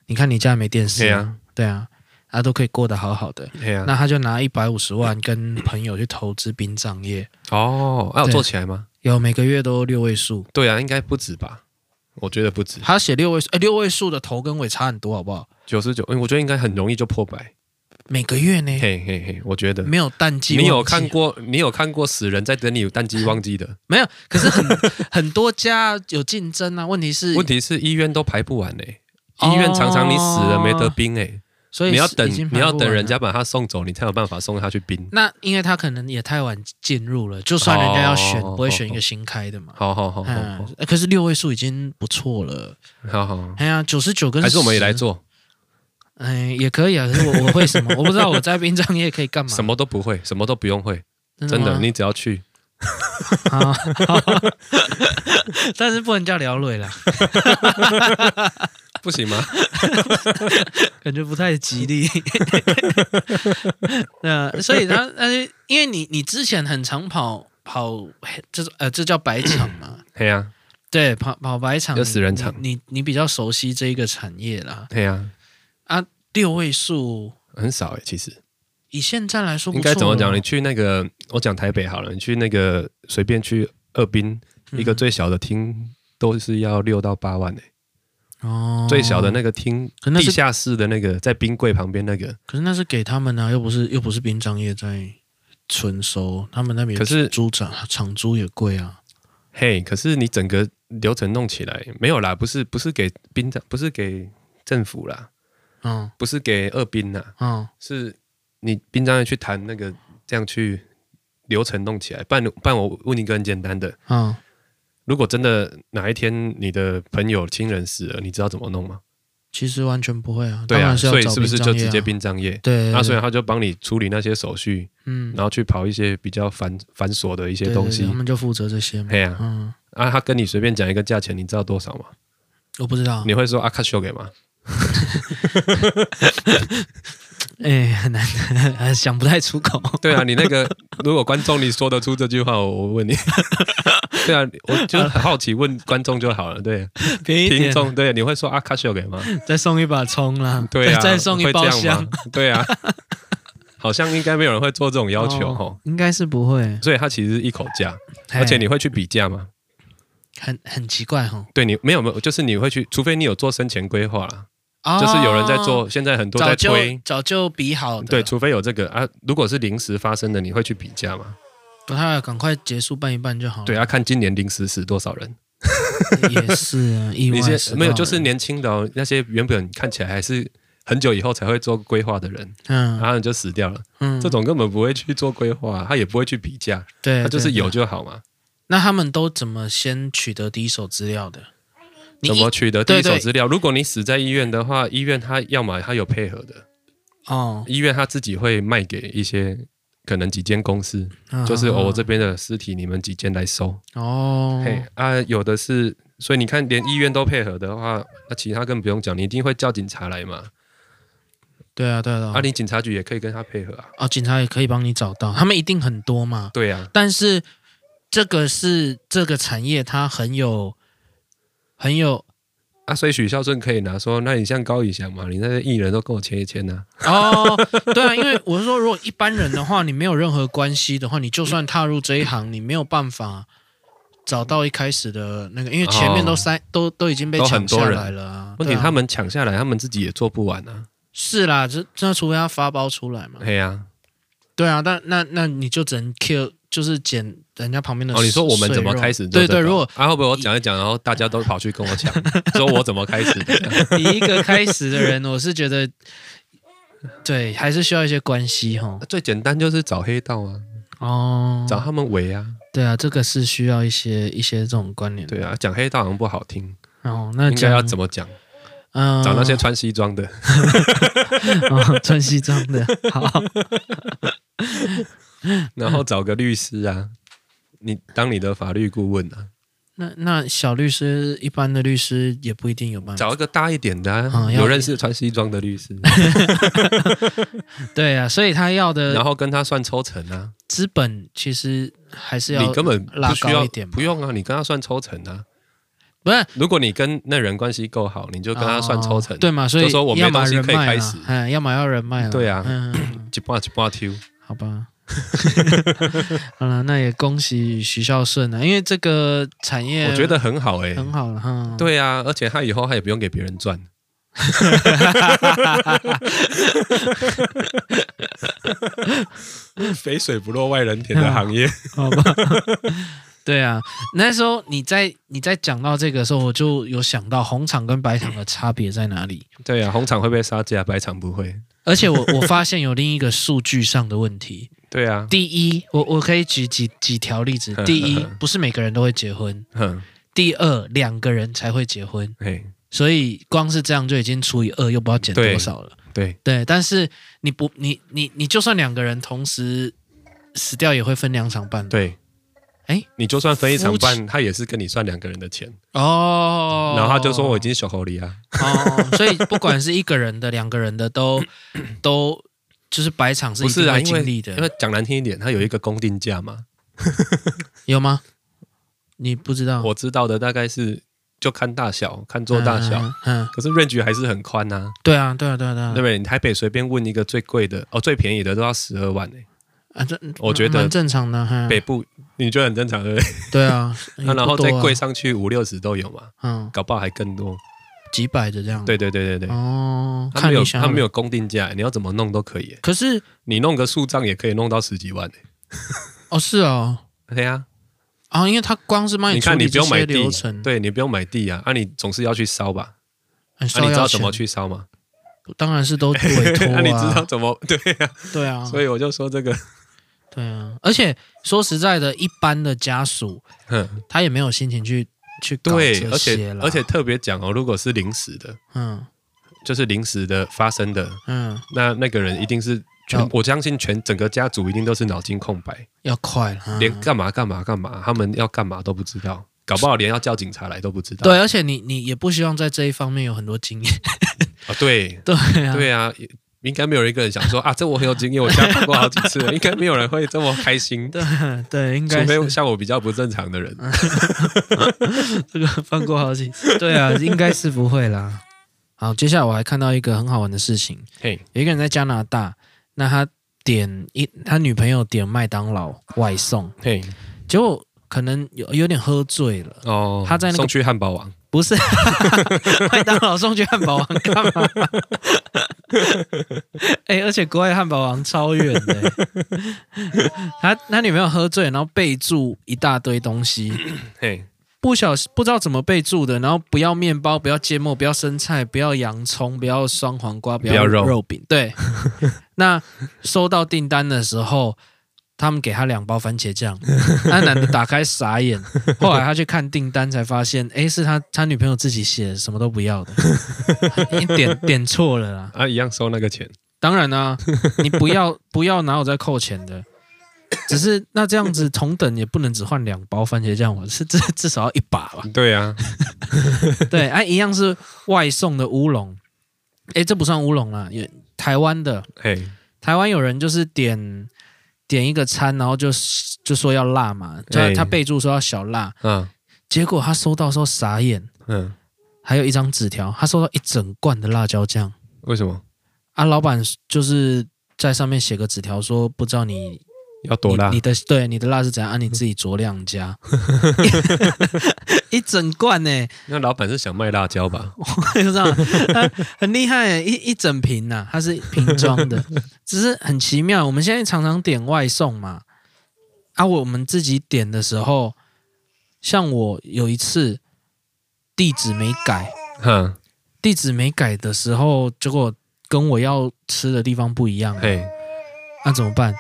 Speaker 2: 你看你家也没电视、
Speaker 3: 对
Speaker 2: 啊
Speaker 3: 啊，
Speaker 2: 对啊，啊都可以过得好好的。
Speaker 3: 嘿啊，
Speaker 2: 那他就拿一百五十万跟朋友去投资殡葬业，
Speaker 3: 哦，啊，有
Speaker 2: 对
Speaker 3: 做起来吗？
Speaker 2: 有每个月都六位数。
Speaker 3: 对啊，应该不止吧？我觉得不止
Speaker 2: 他写六位数，哎，六位数的头跟尾差很多，好不好？
Speaker 3: 九十九，嗯我觉得应该很容易就破百。
Speaker 2: 每个月呢，
Speaker 3: 嘿嘿嘿，我觉得
Speaker 2: 没有淡季。
Speaker 3: 你有
Speaker 2: 旺季
Speaker 3: 看过你有看过死人在等你淡季忘记的？
Speaker 2: 没有？可是很很多家有竞争啊。问题是，
Speaker 3: 问题是医院都排不完嘞、
Speaker 2: 哦
Speaker 3: 医院常常你死了没得冰哎、
Speaker 2: 所以
Speaker 3: 你要
Speaker 2: 是
Speaker 3: 等
Speaker 2: 已经排
Speaker 3: 你要
Speaker 2: 不
Speaker 3: 等
Speaker 2: 完
Speaker 3: 人
Speaker 2: 了
Speaker 3: 家把他送走，你才有办法送他去冰。
Speaker 2: 那因为他可能也太晚进入了，就算人家要选，
Speaker 3: 哦
Speaker 2: 不会选一个新开的嘛。
Speaker 3: 好好好好
Speaker 2: 嗯
Speaker 3: 好，
Speaker 2: 呃可是六位数已经不错了。
Speaker 3: 好好，
Speaker 2: 哎呀，九十九跟
Speaker 3: 还是我们也来
Speaker 2: 10，
Speaker 3: 做，
Speaker 2: 哎，也可以啊。可是我我会什么？我不知道我在殡葬业可以干嘛。
Speaker 3: 什么都不会，什么都不用会，真的，
Speaker 2: 吗
Speaker 3: 你只要去。
Speaker 2: 啊好， 但是不能叫聊蕊啦，
Speaker 3: 不行吗？
Speaker 2: 感觉不太吉利。 那所以他，但是因为你你之前很常跑跑，这呃这叫白场嘛，
Speaker 3: 嘿呀、
Speaker 2: 对，跑跑百场
Speaker 3: 有死人场
Speaker 2: 你你你比较熟悉这一个产业啦。
Speaker 3: 嘿呀、
Speaker 2: 六位数，
Speaker 3: 很少哎、其实
Speaker 2: 以现在来说不
Speaker 3: 应
Speaker 2: 错啊了
Speaker 3: 该怎么讲？你去那个，我讲台北好了，你去那个随便去二滨、
Speaker 2: 嗯
Speaker 3: 一个最小的厅都是要六到八万哎、
Speaker 2: 哦
Speaker 3: 最小的，那个厅，
Speaker 2: 可那
Speaker 3: 地
Speaker 2: 是
Speaker 3: 下室的那个，在冰柜旁边那个，
Speaker 2: 可是那是给他们啊，又不是又不是殡葬业在纯熟，他们那边
Speaker 3: 可是
Speaker 2: 猪场场猪也贵啊。
Speaker 3: 嘿，可是你整个流程弄起来没有啦，不是不是给兵长，不是给政府啦，
Speaker 2: 嗯
Speaker 3: 不是给二兵啦，
Speaker 2: 嗯，
Speaker 3: 是你兵长要去谈那个这样去流程弄起来。不然不然我问你一个很简单的，
Speaker 2: 嗯，
Speaker 3: 如果真的哪一天你的朋友亲人死了，你知道怎么弄吗？
Speaker 2: 其实完全不会啊。
Speaker 3: 对啊，
Speaker 2: 当然是要
Speaker 3: 所以
Speaker 2: 找
Speaker 3: 是不是
Speaker 2: 殡葬
Speaker 3: 就
Speaker 2: 业
Speaker 3: 直接
Speaker 2: 啊
Speaker 3: 殡葬业？
Speaker 2: 对，
Speaker 3: 那所以
Speaker 2: 对
Speaker 3: 他就帮你处理那些手续，
Speaker 2: 嗯，
Speaker 3: 然后去跑一些比较繁繁琐的一些
Speaker 2: 对
Speaker 3: 东
Speaker 2: 对
Speaker 3: 西
Speaker 2: 对他。们就负责这些嘛。
Speaker 3: 嘿呀
Speaker 2: 嗯，
Speaker 3: 啊，他跟你随便讲一个价钱，你知道多少吗？
Speaker 2: 我不知道，
Speaker 3: 你会说啊，卡修给吗？
Speaker 2: 哎，很难， 还想不太出 口。
Speaker 3: 对啊，你那个如果观众你说得出这句话，我我问你，对啊，我就很好奇问观众就好了。对，
Speaker 2: 便宜
Speaker 3: 听
Speaker 2: 点，
Speaker 3: 众对，你会说啊，卡修给吗？
Speaker 2: 再送一把葱啦，
Speaker 3: 对啊，
Speaker 2: 再再送一
Speaker 3: 会这
Speaker 2: 包
Speaker 3: 样
Speaker 2: 香
Speaker 3: 吗。？对啊，好像应该没有人会做这种要求
Speaker 2: 哦
Speaker 3: 哦。
Speaker 2: 应该是不会，
Speaker 3: 所以它其实是一口价，而且
Speaker 2: 嘿
Speaker 3: 你会去比价吗？
Speaker 2: 很很奇怪哈，
Speaker 3: 对你没有没有，就是你会去，除非你有做生前规划啦，
Speaker 2: 哦
Speaker 3: 就是有人在做，现在很多
Speaker 2: 早
Speaker 3: 在
Speaker 2: 就
Speaker 3: 推，
Speaker 2: 早就比好的，
Speaker 3: 对，除非有这个啊。如果是临时发生的，你会去比价吗？
Speaker 2: 不太赶快结束办一办就好了。
Speaker 3: 对啊，看今年临时死多少人。
Speaker 2: 也是啊，意
Speaker 3: 你
Speaker 2: 外
Speaker 3: 是
Speaker 2: 死
Speaker 3: 没有，
Speaker 2: 到
Speaker 3: 就是
Speaker 2: 人
Speaker 3: 年轻的、哦、那些原本看起来还是很久以后才会做规划的人，
Speaker 2: 嗯
Speaker 3: 然后你就死掉了。
Speaker 2: 嗯，
Speaker 3: 啊这种根本不会去做规划，他也不会去比价，
Speaker 2: 对，
Speaker 3: 他就是
Speaker 2: 对
Speaker 3: 有。
Speaker 2: 对
Speaker 3: 就好嘛。
Speaker 2: 那他们都怎么先取得第一手资料的？你
Speaker 3: 怎么取得第
Speaker 2: 对
Speaker 3: 一手
Speaker 2: 对
Speaker 3: 资料？如果你死在医院的话，医院他要么他有配合的，
Speaker 2: 哦，
Speaker 3: 医院他自己会卖给一些可能几间公司，就是哦
Speaker 2: 嗯
Speaker 3: 我、这边的尸体你们几间来收。
Speaker 2: 哦，
Speaker 3: 嘿啊，有的是，所以你看，连医院都配合的话，那其他更不用讲，你一定会叫警察来嘛。
Speaker 2: 对啊，对啊，对
Speaker 3: 啊，你警察局也可以跟他配合啊。
Speaker 2: 哦，警察也可以帮你找到，他们一定很多嘛。
Speaker 3: 对啊，
Speaker 2: 但是这个是这个产业，它很有很有
Speaker 3: 啊，所以许孝顺可以拿说，那你像高以翔嘛，你那些艺人都跟我签一签啊呐、
Speaker 2: 哦， 对啊，因为我是说，如果一般人的话，你没有任何关系的话，你就算踏入这一行，你没有办法找到一开始的那个，因为前面都塞、都都已经
Speaker 3: 啊
Speaker 2: 被
Speaker 3: 都很多
Speaker 2: 抢下
Speaker 3: 人
Speaker 2: 来了、啊。
Speaker 3: 问题
Speaker 2: 对啊
Speaker 3: 他们抢下来，他们自己也做不完啊。
Speaker 2: 是啦，这这除非他发包出来嘛。
Speaker 3: 嘿呀、
Speaker 2: 对啊，但那那你就只能 kill，就是捡人家旁边的。
Speaker 3: 哦，你说我们怎么开始做
Speaker 2: 对
Speaker 3: 这个？
Speaker 2: 对，如果
Speaker 3: 啊，会不会我讲一讲，然后大家都跑去跟 我抢，说我怎么开始的？
Speaker 2: 以一个开始的人， 我是觉得，对，还是需要一些关系哈。
Speaker 3: 啊最简单就是找黑道啊，
Speaker 2: 哦，
Speaker 3: 找他们围啊。
Speaker 2: 对啊，这个是需要一些一些这种关联的。
Speaker 3: 对啊，讲黑道好像不好听，
Speaker 2: 哦，
Speaker 3: 应
Speaker 2: 那
Speaker 3: 该
Speaker 2: 讲
Speaker 3: 要怎么讲？
Speaker 2: 嗯，
Speaker 3: 找那些穿西装的。
Speaker 2: 哦穿西装的， 好，
Speaker 3: 然后找个律师啊，你当你的法律顾问啊，
Speaker 2: 那那小律师一般的律师也不一定有办法。
Speaker 3: 找一个大一点的、啊，
Speaker 2: 嗯要
Speaker 3: 有认识穿西装的律师，
Speaker 2: 对啊，所以他要
Speaker 3: 然
Speaker 2: 的
Speaker 3: 后跟他算抽成啊，
Speaker 2: 资本其实还是要
Speaker 3: 你根本
Speaker 2: 拉
Speaker 3: 不需
Speaker 2: 高
Speaker 3: 要
Speaker 2: 一，点吧，
Speaker 3: 不用啊，你跟他算抽成啊。
Speaker 2: 不是
Speaker 3: 如果你跟那人关系够好，你就跟他算抽成，
Speaker 2: 哦对嘛？所以
Speaker 3: 就说我没
Speaker 2: 要么
Speaker 3: 东西
Speaker 2: 人
Speaker 3: 可以
Speaker 2: 脉
Speaker 3: 开
Speaker 2: 嘛
Speaker 3: 始
Speaker 2: 嗯，要么要人脉了，
Speaker 3: 对啊
Speaker 2: 嗯，嗯嗯
Speaker 3: 一半一半抽，
Speaker 2: 好吧。好了，那也恭喜徐孝顺啊了，因为这个产业
Speaker 3: 我觉得很好哎、
Speaker 2: 很好了哈。
Speaker 3: 对啊，而且他以后他也不用给别人赚，肥水不落外人田的行业。
Speaker 2: 好吧。对啊，那时候你在你在讲到这个的时候，我就有想到红场跟白场的差别在哪里。
Speaker 3: 对啊，红场会被杀价，白场不会。
Speaker 2: 而且我我发现有另一个数据上的问题。
Speaker 3: 对啊，
Speaker 2: 第一，我我可以举几几条例子。第一，不是每个人都会结婚；
Speaker 3: 哼，
Speaker 2: 第二，两个人才会结婚，
Speaker 3: 嘿，
Speaker 2: 所以光是这样就已经除以二，又不知道减多少了。
Speaker 3: 对，
Speaker 2: 对，但是你不你你你就算两个人同时死掉，也会分两场办。
Speaker 3: 对，
Speaker 2: 哎
Speaker 3: 你就算分一场
Speaker 2: 夫妻
Speaker 3: 半，他也是跟你算两个人的钱，
Speaker 2: 哦，
Speaker 3: 然后他就说我已经小狐狸啊，
Speaker 2: 哦，所以不管是一个人的、两个人的，都都就是白场是
Speaker 3: 不
Speaker 2: 一
Speaker 3: 是
Speaker 2: 定
Speaker 3: 啊，
Speaker 2: 会
Speaker 3: 因为
Speaker 2: 经历的，
Speaker 3: 因为讲难听一点，他有一个公定价嘛，
Speaker 2: 有吗？你不知道？
Speaker 3: 我知道的大概是就看大小，看做大小，
Speaker 2: 嗯，嗯，嗯
Speaker 3: 可是 range 还是很宽呐、啊，
Speaker 2: 对啊，对啊，对啊，对啊，
Speaker 3: 对不对？你台北随便问一个最贵的哦，最便宜的都要十二万呢、
Speaker 2: 啊，这
Speaker 3: 我觉得
Speaker 2: 蛮正常的，哈
Speaker 3: 北，部你觉得很正常对不对？
Speaker 2: 对啊，也
Speaker 3: 那然后
Speaker 2: 啊不
Speaker 3: 再
Speaker 2: 多啊
Speaker 3: 贵，上去五六十都有嘛，
Speaker 2: 嗯，
Speaker 3: 搞不好还更多。
Speaker 2: 几百的这样，，
Speaker 3: 对对对对对，
Speaker 2: 嗯哦，
Speaker 3: 他
Speaker 2: 看
Speaker 3: 没有
Speaker 2: 你想
Speaker 3: 他
Speaker 2: 要
Speaker 3: 欸没，有公定价，你要怎么弄都可以耶，
Speaker 2: 可是
Speaker 3: 你弄个树葬也可以弄到十几万耶。
Speaker 2: 哦，是哦，
Speaker 3: 对呀、
Speaker 2: 啊，因为他光是帮
Speaker 3: 你
Speaker 2: 处
Speaker 3: 看
Speaker 2: 理
Speaker 3: 你不
Speaker 2: 这
Speaker 3: 用买
Speaker 2: 些
Speaker 3: 地啊
Speaker 2: 流程，，
Speaker 3: 对你不用买地啊，啊你总是要去烧吧，啊
Speaker 2: 很
Speaker 3: 你
Speaker 2: 烧
Speaker 3: 知
Speaker 2: 要
Speaker 3: 道怎
Speaker 2: 钱
Speaker 3: 么，去烧吗？
Speaker 2: 当然是 都委托
Speaker 3: 那你知道
Speaker 2: 啊，
Speaker 3: 怎么对呀、
Speaker 2: 对啊，
Speaker 3: 所以我就说这个，
Speaker 2: 对啊，而且说实在的，一般的家属
Speaker 3: 嗯，
Speaker 2: 他也没有心情去去搞
Speaker 3: 对，
Speaker 2: 这
Speaker 3: 而
Speaker 2: 些
Speaker 3: 且
Speaker 2: 啦
Speaker 3: 而且特别讲哦，如果是临时的，
Speaker 2: 嗯
Speaker 3: 就是临时的发生的，
Speaker 2: 嗯，
Speaker 3: 那那个人一定是全
Speaker 2: 要，
Speaker 3: 我相信全整个家族一定都是脑筋空白，
Speaker 2: 要快了，嗯
Speaker 3: 连干嘛干嘛干嘛，他们要干嘛都不知道，搞不好连要叫警察来都不知道。
Speaker 2: 对，而且你你也不希望在这一方面有很多经验，
Speaker 3: 啊，对
Speaker 2: 对啊，
Speaker 3: 对啊，也应该没有一个人想说啊，这我很有经验，我家访过好几次 了，应该没有人会这么开心的，
Speaker 2: 对对，应
Speaker 3: 除
Speaker 2: 该
Speaker 3: 非
Speaker 2: 是嗯
Speaker 3: 像我比较不正常的人。
Speaker 2: 这个放过好几次，对啊，应该是不会啦。好，接下来我还看到一个很好玩的事情，
Speaker 3: 嘿，
Speaker 2: 有一个人在加拿大，那他点一他女朋友点麦当劳外送，
Speaker 3: 嘿，
Speaker 2: 结果可能有有点喝醉 了。
Speaker 3: 哦，
Speaker 2: 他在那个
Speaker 3: 送去汉堡王，
Speaker 2: 不是麦当劳送去汉堡王干嘛？ 哎、而且国外汉堡王超远的、他他女朋友喝醉，然后备注一大堆东西，
Speaker 3: 嘿，
Speaker 2: 不小心不知道怎么备注的，然后不要面包，不要芥末，不要生菜，不要洋葱，不要双黄瓜，不
Speaker 3: 不要肉
Speaker 2: 肉饼。对，那收到订单的时候。他们给他两包番茄酱，那男的打开傻眼。后来他去看订单，才发现，哎，是他他女朋友自己写的，什么都不要的，你点点错了啦。
Speaker 3: 啊，一样收那个钱，
Speaker 2: 当然啦、你不要不要哪有在扣钱的，只是那这样子同等也不能只换两包番茄酱，我是至至少要一把吧。
Speaker 3: 对啊，
Speaker 2: 对，哎、一样是外送的乌龙，哎，这不算乌龙啦，也台湾的
Speaker 3: 嘿，
Speaker 2: 台湾有人就是点点一个餐，然后就就说要辣嘛，他
Speaker 3: 哎
Speaker 2: 他备注说要小辣，
Speaker 3: 嗯
Speaker 2: 结果他收到的时候傻眼，
Speaker 3: 嗯，
Speaker 2: 还有一张纸条，他收到一整罐的辣椒酱。
Speaker 3: 为什么
Speaker 2: 啊，老板就是在上面写个纸条说，不知道你
Speaker 3: 要多辣
Speaker 2: 你你？的对你的辣是怎样，啊，你自己酌 量加， 一整罐欸呢、
Speaker 3: 那老板是想卖辣椒吧？
Speaker 2: 就这样，它呃很厉害、欸，一一整瓶呐、它是瓶装 的，只是很奇妙。我们现在常常点外送嘛，啊，我们自己点的时候，像我有一次地址没改，
Speaker 3: 哼，
Speaker 2: 地址没改的时候，结果跟我要吃的地方不一样，啊
Speaker 3: 嘿，
Speaker 2: 那、怎么办？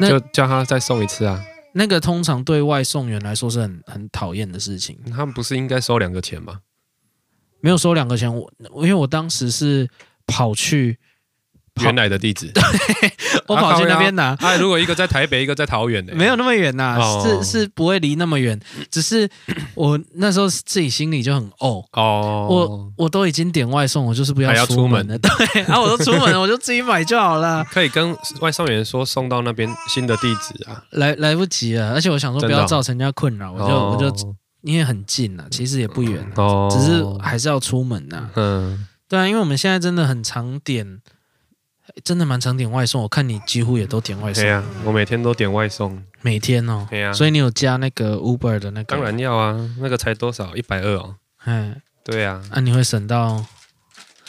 Speaker 2: 那
Speaker 3: 就叫他再送一次啊。
Speaker 2: 那个通常对外送员来说是很很讨厌的事情。
Speaker 3: 他们不是应该收两个钱吗？
Speaker 2: 没有收两个钱，我我因为我当时是跑去，跑
Speaker 3: 原来的地址，
Speaker 2: 我
Speaker 3: 啊
Speaker 2: 跑去
Speaker 3: 靠
Speaker 2: 那
Speaker 3: 腰
Speaker 2: 边拿，
Speaker 3: 啊，如果一个在台北，一个在桃园呢？
Speaker 2: 没有那么远呐、
Speaker 3: 哦
Speaker 2: 是是不会离那么远，只是我那时候自己心里就很怄。
Speaker 3: 哦
Speaker 2: 我，我都已经点外送，我就是不
Speaker 3: 还要
Speaker 2: 出门
Speaker 3: 出
Speaker 2: 了。 对，然后我都出门了，我就自己买就 好了，
Speaker 3: 可以跟外送员说送到那边新的地址啊。
Speaker 2: 来来不及了。而且我想说不
Speaker 3: 真的哦
Speaker 2: 要造成人家困扰，我就、
Speaker 3: 哦
Speaker 2: 我就因为很近呐、其实也不远、啊，
Speaker 3: 哦，
Speaker 2: 只是还是要出门呐、
Speaker 3: 嗯，
Speaker 2: 对啊，因为我们现在真的很常点，真的蛮常点外送。我看你几乎也都点外送
Speaker 3: 对，哎呀，我每天都点外送，
Speaker 2: 每天哦。
Speaker 3: 对呀，
Speaker 2: 所以你有加那个 Uber 的那个？
Speaker 3: 当，然要啊，那个才多少，一百二哦。
Speaker 2: 哎，
Speaker 3: 对啊，
Speaker 2: 那、你会省到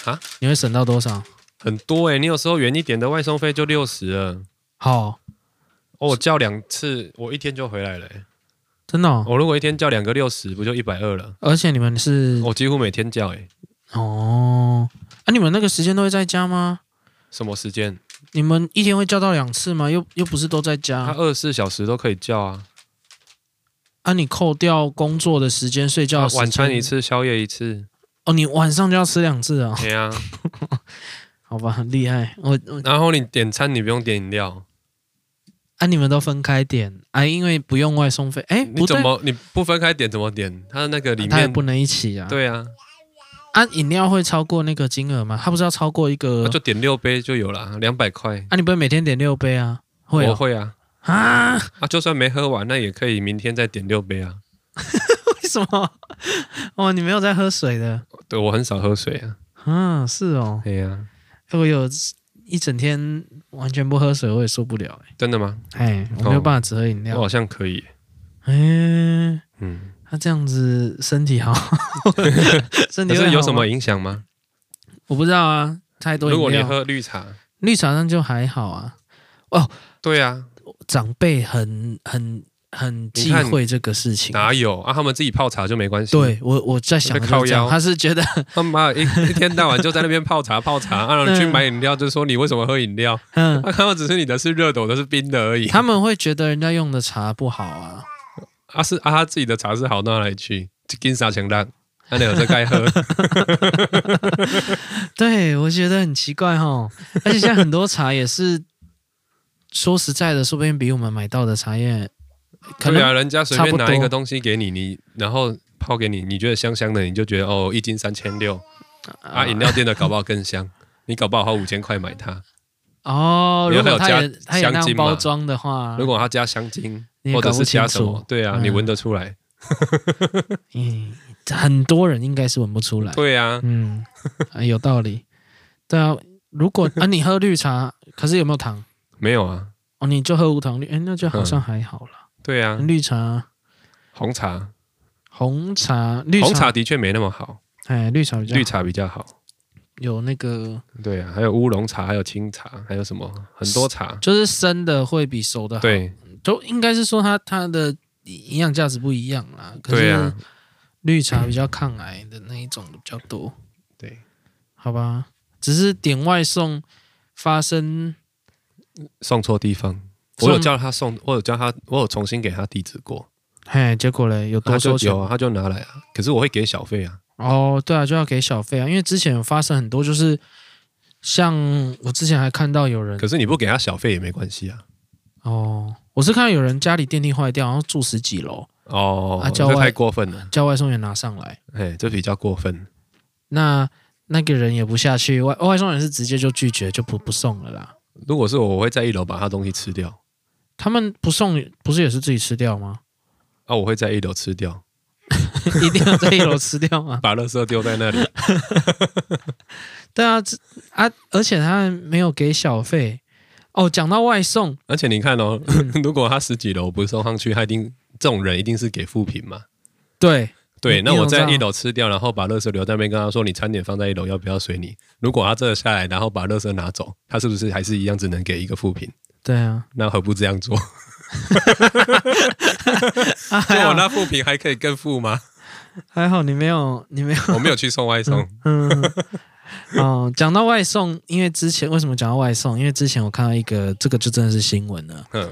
Speaker 3: 啊？
Speaker 2: 你会省到多少？
Speaker 3: 很多哎，你有时候远一点的外送费就六十了。
Speaker 2: 好、
Speaker 3: 哦，我叫两次，我一天就回来了欸。
Speaker 2: 真的、哦。
Speaker 3: 我如果一天叫两个六十，不就一百二了？
Speaker 2: 而且你们是
Speaker 3: 我几乎每天叫哎，
Speaker 2: 哦，啊，你们那个时间都会在家吗？
Speaker 3: 什么时间？
Speaker 2: 你们一天会叫到两次吗？又又不是都在
Speaker 3: 他
Speaker 2: 家。
Speaker 3: 二十四小时都可以叫啊，
Speaker 2: 啊，你扣掉工作的时间、睡觉
Speaker 3: 啊
Speaker 2: 的时间
Speaker 3: 晚餐一次，宵夜一 次。
Speaker 2: 哦，你晚上就要吃两次啊、哦？
Speaker 3: 对啊，
Speaker 2: 好吧，很厉害。我我
Speaker 3: 然后你点餐你不用点饮料，
Speaker 2: 啊，你们都分开点啊，因为不用外送费。哎，
Speaker 3: 你
Speaker 2: 不
Speaker 3: 怎
Speaker 2: 对，
Speaker 3: 么你不分开点怎么点？它那个里
Speaker 2: 他也
Speaker 3: 面
Speaker 2: 不能一起啊。
Speaker 3: 对啊，
Speaker 2: 啊，饮料会超过那个金额吗？他不是要超过一个？
Speaker 3: 那
Speaker 2: 啊，
Speaker 3: 就点六杯就有了，两百块。
Speaker 2: 你不会每天点六杯啊？会
Speaker 3: 我
Speaker 2: 哦
Speaker 3: 会啊，
Speaker 2: 啊？
Speaker 3: 啊，就算没喝完，那也可以明天再点六杯啊。
Speaker 2: 为什么？哦，你没有在喝水的。
Speaker 3: 对我很少喝水啊，
Speaker 2: 啊，是哦，
Speaker 3: 对呀、
Speaker 2: 我有一整天完全不喝水，我也受不了、欸。
Speaker 3: 真的吗？
Speaker 2: 哎，我没有办法只喝饮
Speaker 3: 我
Speaker 2: 料。
Speaker 3: 好像可以，
Speaker 2: 哎、
Speaker 3: 嗯，
Speaker 2: 那、这样子身体 好，身体
Speaker 3: 可
Speaker 2: 会
Speaker 3: 是有
Speaker 2: 好
Speaker 3: 什
Speaker 2: 吗
Speaker 3: 么影响吗？
Speaker 2: 我不知道啊，太多饮
Speaker 3: 如
Speaker 2: 料。
Speaker 3: 果你喝绿茶，
Speaker 2: 绿茶那就还好啊。哦，
Speaker 3: 对啊，
Speaker 2: 长辈很很很忌
Speaker 3: 看
Speaker 2: 讳这个事情。
Speaker 3: 哪有啊？他们自己泡茶就没关系。，
Speaker 2: 对我我在想
Speaker 3: 被
Speaker 2: 的
Speaker 3: 靠
Speaker 2: 就是这样，
Speaker 3: 腰
Speaker 2: 他是觉得
Speaker 3: 他妈一一天到晚就在那边泡茶泡茶， 啊，然后去买饮料就说你为什么喝饮料？
Speaker 2: 嗯，
Speaker 3: 啊，他们只是你的是热的，我 的是冰的而已。
Speaker 2: 他们会觉得人家用的茶不好啊。
Speaker 3: 啊是啊，他自己的茶是好到哪里去？金沙强浪，那你有这该喝？
Speaker 2: 对，我觉得很奇怪哈。而且现在很多茶也是，说实在的，说不定比我们买到的茶叶 可
Speaker 3: 对啊，
Speaker 2: 能
Speaker 3: 人家随
Speaker 2: 差
Speaker 3: 便
Speaker 2: 不
Speaker 3: 拿一
Speaker 2: 多
Speaker 3: 个东西给你，你然后泡给你，你觉得香香的，你就觉得哦，一斤三千六啊，
Speaker 2: 呃
Speaker 3: 饮料店的搞不好更香，你搞不好花五千块买它。
Speaker 2: 哦，
Speaker 3: 有
Speaker 2: 如
Speaker 3: 还
Speaker 2: 果
Speaker 3: 有
Speaker 2: 它
Speaker 3: 加
Speaker 2: 也它也那
Speaker 3: 香
Speaker 2: 样
Speaker 3: 精嘛
Speaker 2: 包装的话，
Speaker 3: 如果它加香精
Speaker 2: 啊你也
Speaker 3: 或者
Speaker 2: 搞不
Speaker 3: 是加
Speaker 2: 清
Speaker 3: 什么
Speaker 2: 楚，
Speaker 3: 对啊，你
Speaker 2: 嗯
Speaker 3: 闻得出来。
Speaker 2: 嗯，很多人应该是闻不出来。
Speaker 3: 对啊，
Speaker 2: 嗯，啊有道理。对啊，如果啊你喝绿茶，可是有没有糖？
Speaker 3: 没有啊，
Speaker 2: 哦，你就喝无糖绿，哎，那就好
Speaker 3: 嗯
Speaker 2: 像还好啦。
Speaker 3: 对啊，
Speaker 2: 绿茶、
Speaker 3: 红茶，
Speaker 2: 红茶、绿
Speaker 3: 红茶的确没那么好，
Speaker 2: 哎，绿茶比较
Speaker 3: 绿茶比较好。
Speaker 2: 有那个，
Speaker 3: 对啊，还有乌龙茶，还有清茶，还有什么很多茶。
Speaker 2: 就是啊生的会比熟的好。
Speaker 3: 对
Speaker 2: 就应该是说它它的营养价值不一样啦。可
Speaker 3: 对
Speaker 2: 是
Speaker 3: 啊，
Speaker 2: 绿茶比较抗癌的那一种的比较多，
Speaker 3: 对，
Speaker 2: 好吧？只是点外送发生
Speaker 3: 送错地方。我
Speaker 2: 送
Speaker 3: 有叫他送，我有叫他，我有重新给他地址过。
Speaker 2: 嘿，结果嘞有
Speaker 3: 他
Speaker 2: 多
Speaker 3: 就
Speaker 2: 收钱
Speaker 3: 有啊，他就拿来啊。可是我会给小费啊，
Speaker 2: 哦，对啊，就要给小费啊，因为之前有发生很多就是。像我之前还看到有人
Speaker 3: 可是你不给他小费也没关系啊。
Speaker 2: 哦，我是看到有人家里电梯坏掉，然后住十几楼，
Speaker 3: 哦，
Speaker 2: 啊叫
Speaker 3: 这
Speaker 2: 外
Speaker 3: 太过分了，
Speaker 2: 叫外送员拿上来，
Speaker 3: 哎，这比较过分。
Speaker 2: 那那个人也不下去，外外送员是直接就拒绝，就不不送了啦。
Speaker 3: 如果是我，我会在一楼把他东西吃掉
Speaker 2: 他们不送不是也是自己吃掉吗？
Speaker 3: 啊，我会在一楼吃掉，？
Speaker 2: 一定要在一楼吃掉吗
Speaker 3: 把垃圾丢在那里。
Speaker 2: 对啊，这啊，而且他没有给小费。哦，讲到外送，
Speaker 3: 而且你看哦， 如果他十几楼不送上去，他一定这种人一定是给负评嘛。
Speaker 2: 对，
Speaker 3: 对，
Speaker 2: 你
Speaker 3: 那
Speaker 2: 你有
Speaker 3: 我
Speaker 2: 这
Speaker 3: 在
Speaker 2: 样
Speaker 3: 一楼吃掉，然后把垃圾留在那边，跟他说你餐点放在一楼，要不要随你？如果他真的下来，然后把垃圾拿走，他是不是还是一样只能给一个负评？
Speaker 2: 对啊，
Speaker 3: 那何不这样做？
Speaker 2: 啊
Speaker 3: 那
Speaker 2: 还
Speaker 3: 我
Speaker 2: 好
Speaker 3: 那负评还可以更负吗？
Speaker 2: 还好你没有你没有，
Speaker 3: 我没有去送外送，
Speaker 2: 嗯， 哦，讲到外送，因为之前为什么讲到外送？因为之前我看到一个，这个就真的是新闻了。
Speaker 3: 嗯，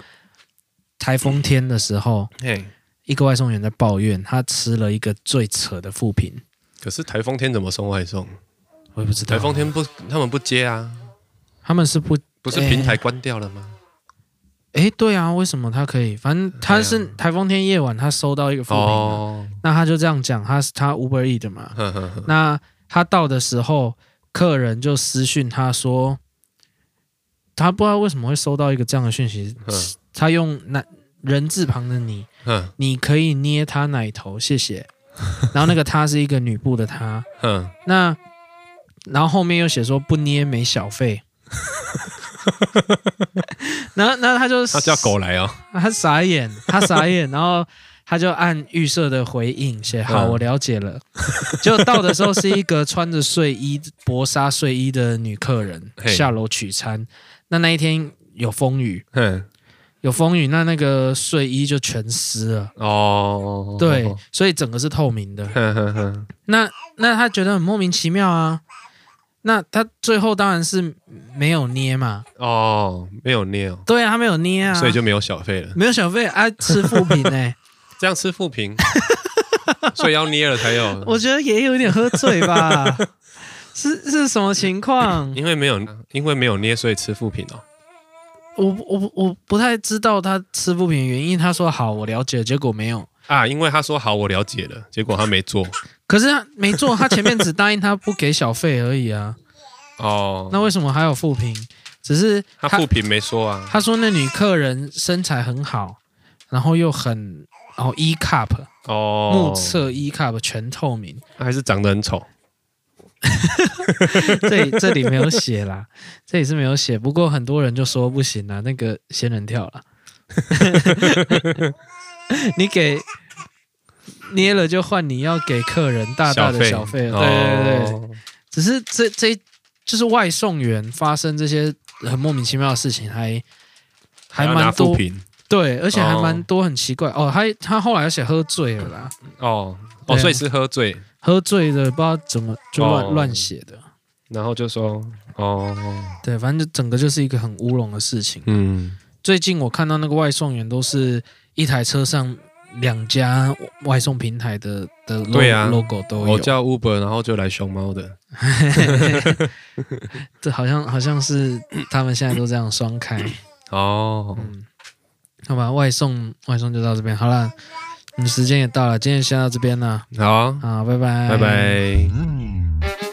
Speaker 2: 台风天的时候，
Speaker 3: 嘿，
Speaker 2: 一个外送员在抱怨，他吃了一个最扯的副品，
Speaker 3: 可是台风天怎么送外送？
Speaker 2: 我也不知道
Speaker 3: 台风天不，他们不接啊，
Speaker 2: 他们是不
Speaker 3: 不
Speaker 2: 哎
Speaker 3: 是平台关掉了吗？
Speaker 2: 诶，对啊，为什么他可以？反正他是
Speaker 3: 对啊
Speaker 2: 台风天夜晚，他收到一个副品啊、
Speaker 3: 哦，
Speaker 2: 那他就这样讲，他是他 Uber E 的嘛。
Speaker 3: 呵呵呵，
Speaker 2: 那他到的时候，客人就私讯他说，他不知道为什么会收到一个这样的讯息
Speaker 3: 嗯，
Speaker 2: 他用奶人字旁的你，
Speaker 3: 哼
Speaker 2: 你可以捏他奶头，谢谢。 然后那个他是一个女部的他，
Speaker 3: 哼，
Speaker 2: 那然后后面又写说不捏没小 费。然后，那他就
Speaker 3: 他叫狗来哦，
Speaker 2: 他傻眼，他傻眼，然后他就按预设的回应写好，
Speaker 3: 嗯
Speaker 2: 我了解了。结果到的时候是一个穿着睡衣、薄纱睡衣的女客人
Speaker 3: 嘿
Speaker 2: 下楼取餐。那那一天有风雨，
Speaker 3: 哼，
Speaker 2: 有风雨，那那个睡衣就全湿了。
Speaker 3: 哦，
Speaker 2: 对，所以整个是透明的。
Speaker 3: 哼哼哼，
Speaker 2: 那那他觉得很莫名其妙啊。那他最后当然是没有捏嘛，
Speaker 3: 哦，没有捏哦，
Speaker 2: 对啊，他没有捏啊，
Speaker 3: 所以就没有小费了。
Speaker 2: 没有小费啊，吃副 品呢、
Speaker 3: 这样吃负 评，所以要捏了才有。
Speaker 2: 我觉得也有一点喝醉 吧，是是什么情况？
Speaker 3: 因为没有，因为没有捏，所以吃负评哦。
Speaker 2: 我我我不太知道他吃不平的原因。他说好，我了解，结果没有。
Speaker 3: 啊，因为他说好，我了解了，结果他没做。
Speaker 2: 可是他没做，他前面只答应他不给小费而已 啊，
Speaker 3: 哦，
Speaker 2: 那为什么还有负评？只是
Speaker 3: 他
Speaker 2: 他
Speaker 3: 负评没说啊。
Speaker 2: 他说那女客人身材很好，然后又很然后 E cup
Speaker 3: 哦，
Speaker 2: 目测 E cup 全透明，
Speaker 3: 他还是长得很丑。
Speaker 2: 这这里没有写啦，这里是没有写。不过很多人就说不行啦，那个仙人跳啦。 你给捏了就换，你要给客人大大的小费。
Speaker 3: 哦
Speaker 2: 对对对，
Speaker 3: 对，
Speaker 2: 只是这这就是外送员发生这些很莫名其妙的事情还，还还
Speaker 3: 要拿
Speaker 2: 蛮
Speaker 3: 负
Speaker 2: 多，
Speaker 3: 评
Speaker 2: 对，而且还
Speaker 3: 哦
Speaker 2: 蛮多，很奇怪哦。他他后来而且喝醉了啦，
Speaker 3: 哦
Speaker 2: 对
Speaker 3: 哦，
Speaker 2: 啊
Speaker 3: 所以是喝醉，
Speaker 2: 喝醉的不知道怎么就乱、
Speaker 3: 哦
Speaker 2: 乱写的，
Speaker 3: 然后就说哦，
Speaker 2: 对，反正就整个就是一个很乌龙的事情。
Speaker 3: 嗯，
Speaker 2: 最近我看到那个外送员都是一台车上两家外送平台的的 logo,
Speaker 3: 对啊
Speaker 2: logo 都
Speaker 3: 我
Speaker 2: 有，
Speaker 3: 叫 Uber，然后就来熊猫的，
Speaker 2: 这好像好像是他们现在都这样双开。
Speaker 3: 哦，
Speaker 2: 嗯，好吧，外送外送就到这边好了，你时间也到了，今天先到这边了，
Speaker 3: 好啊，
Speaker 2: 好，拜嗯拜，
Speaker 3: 拜拜。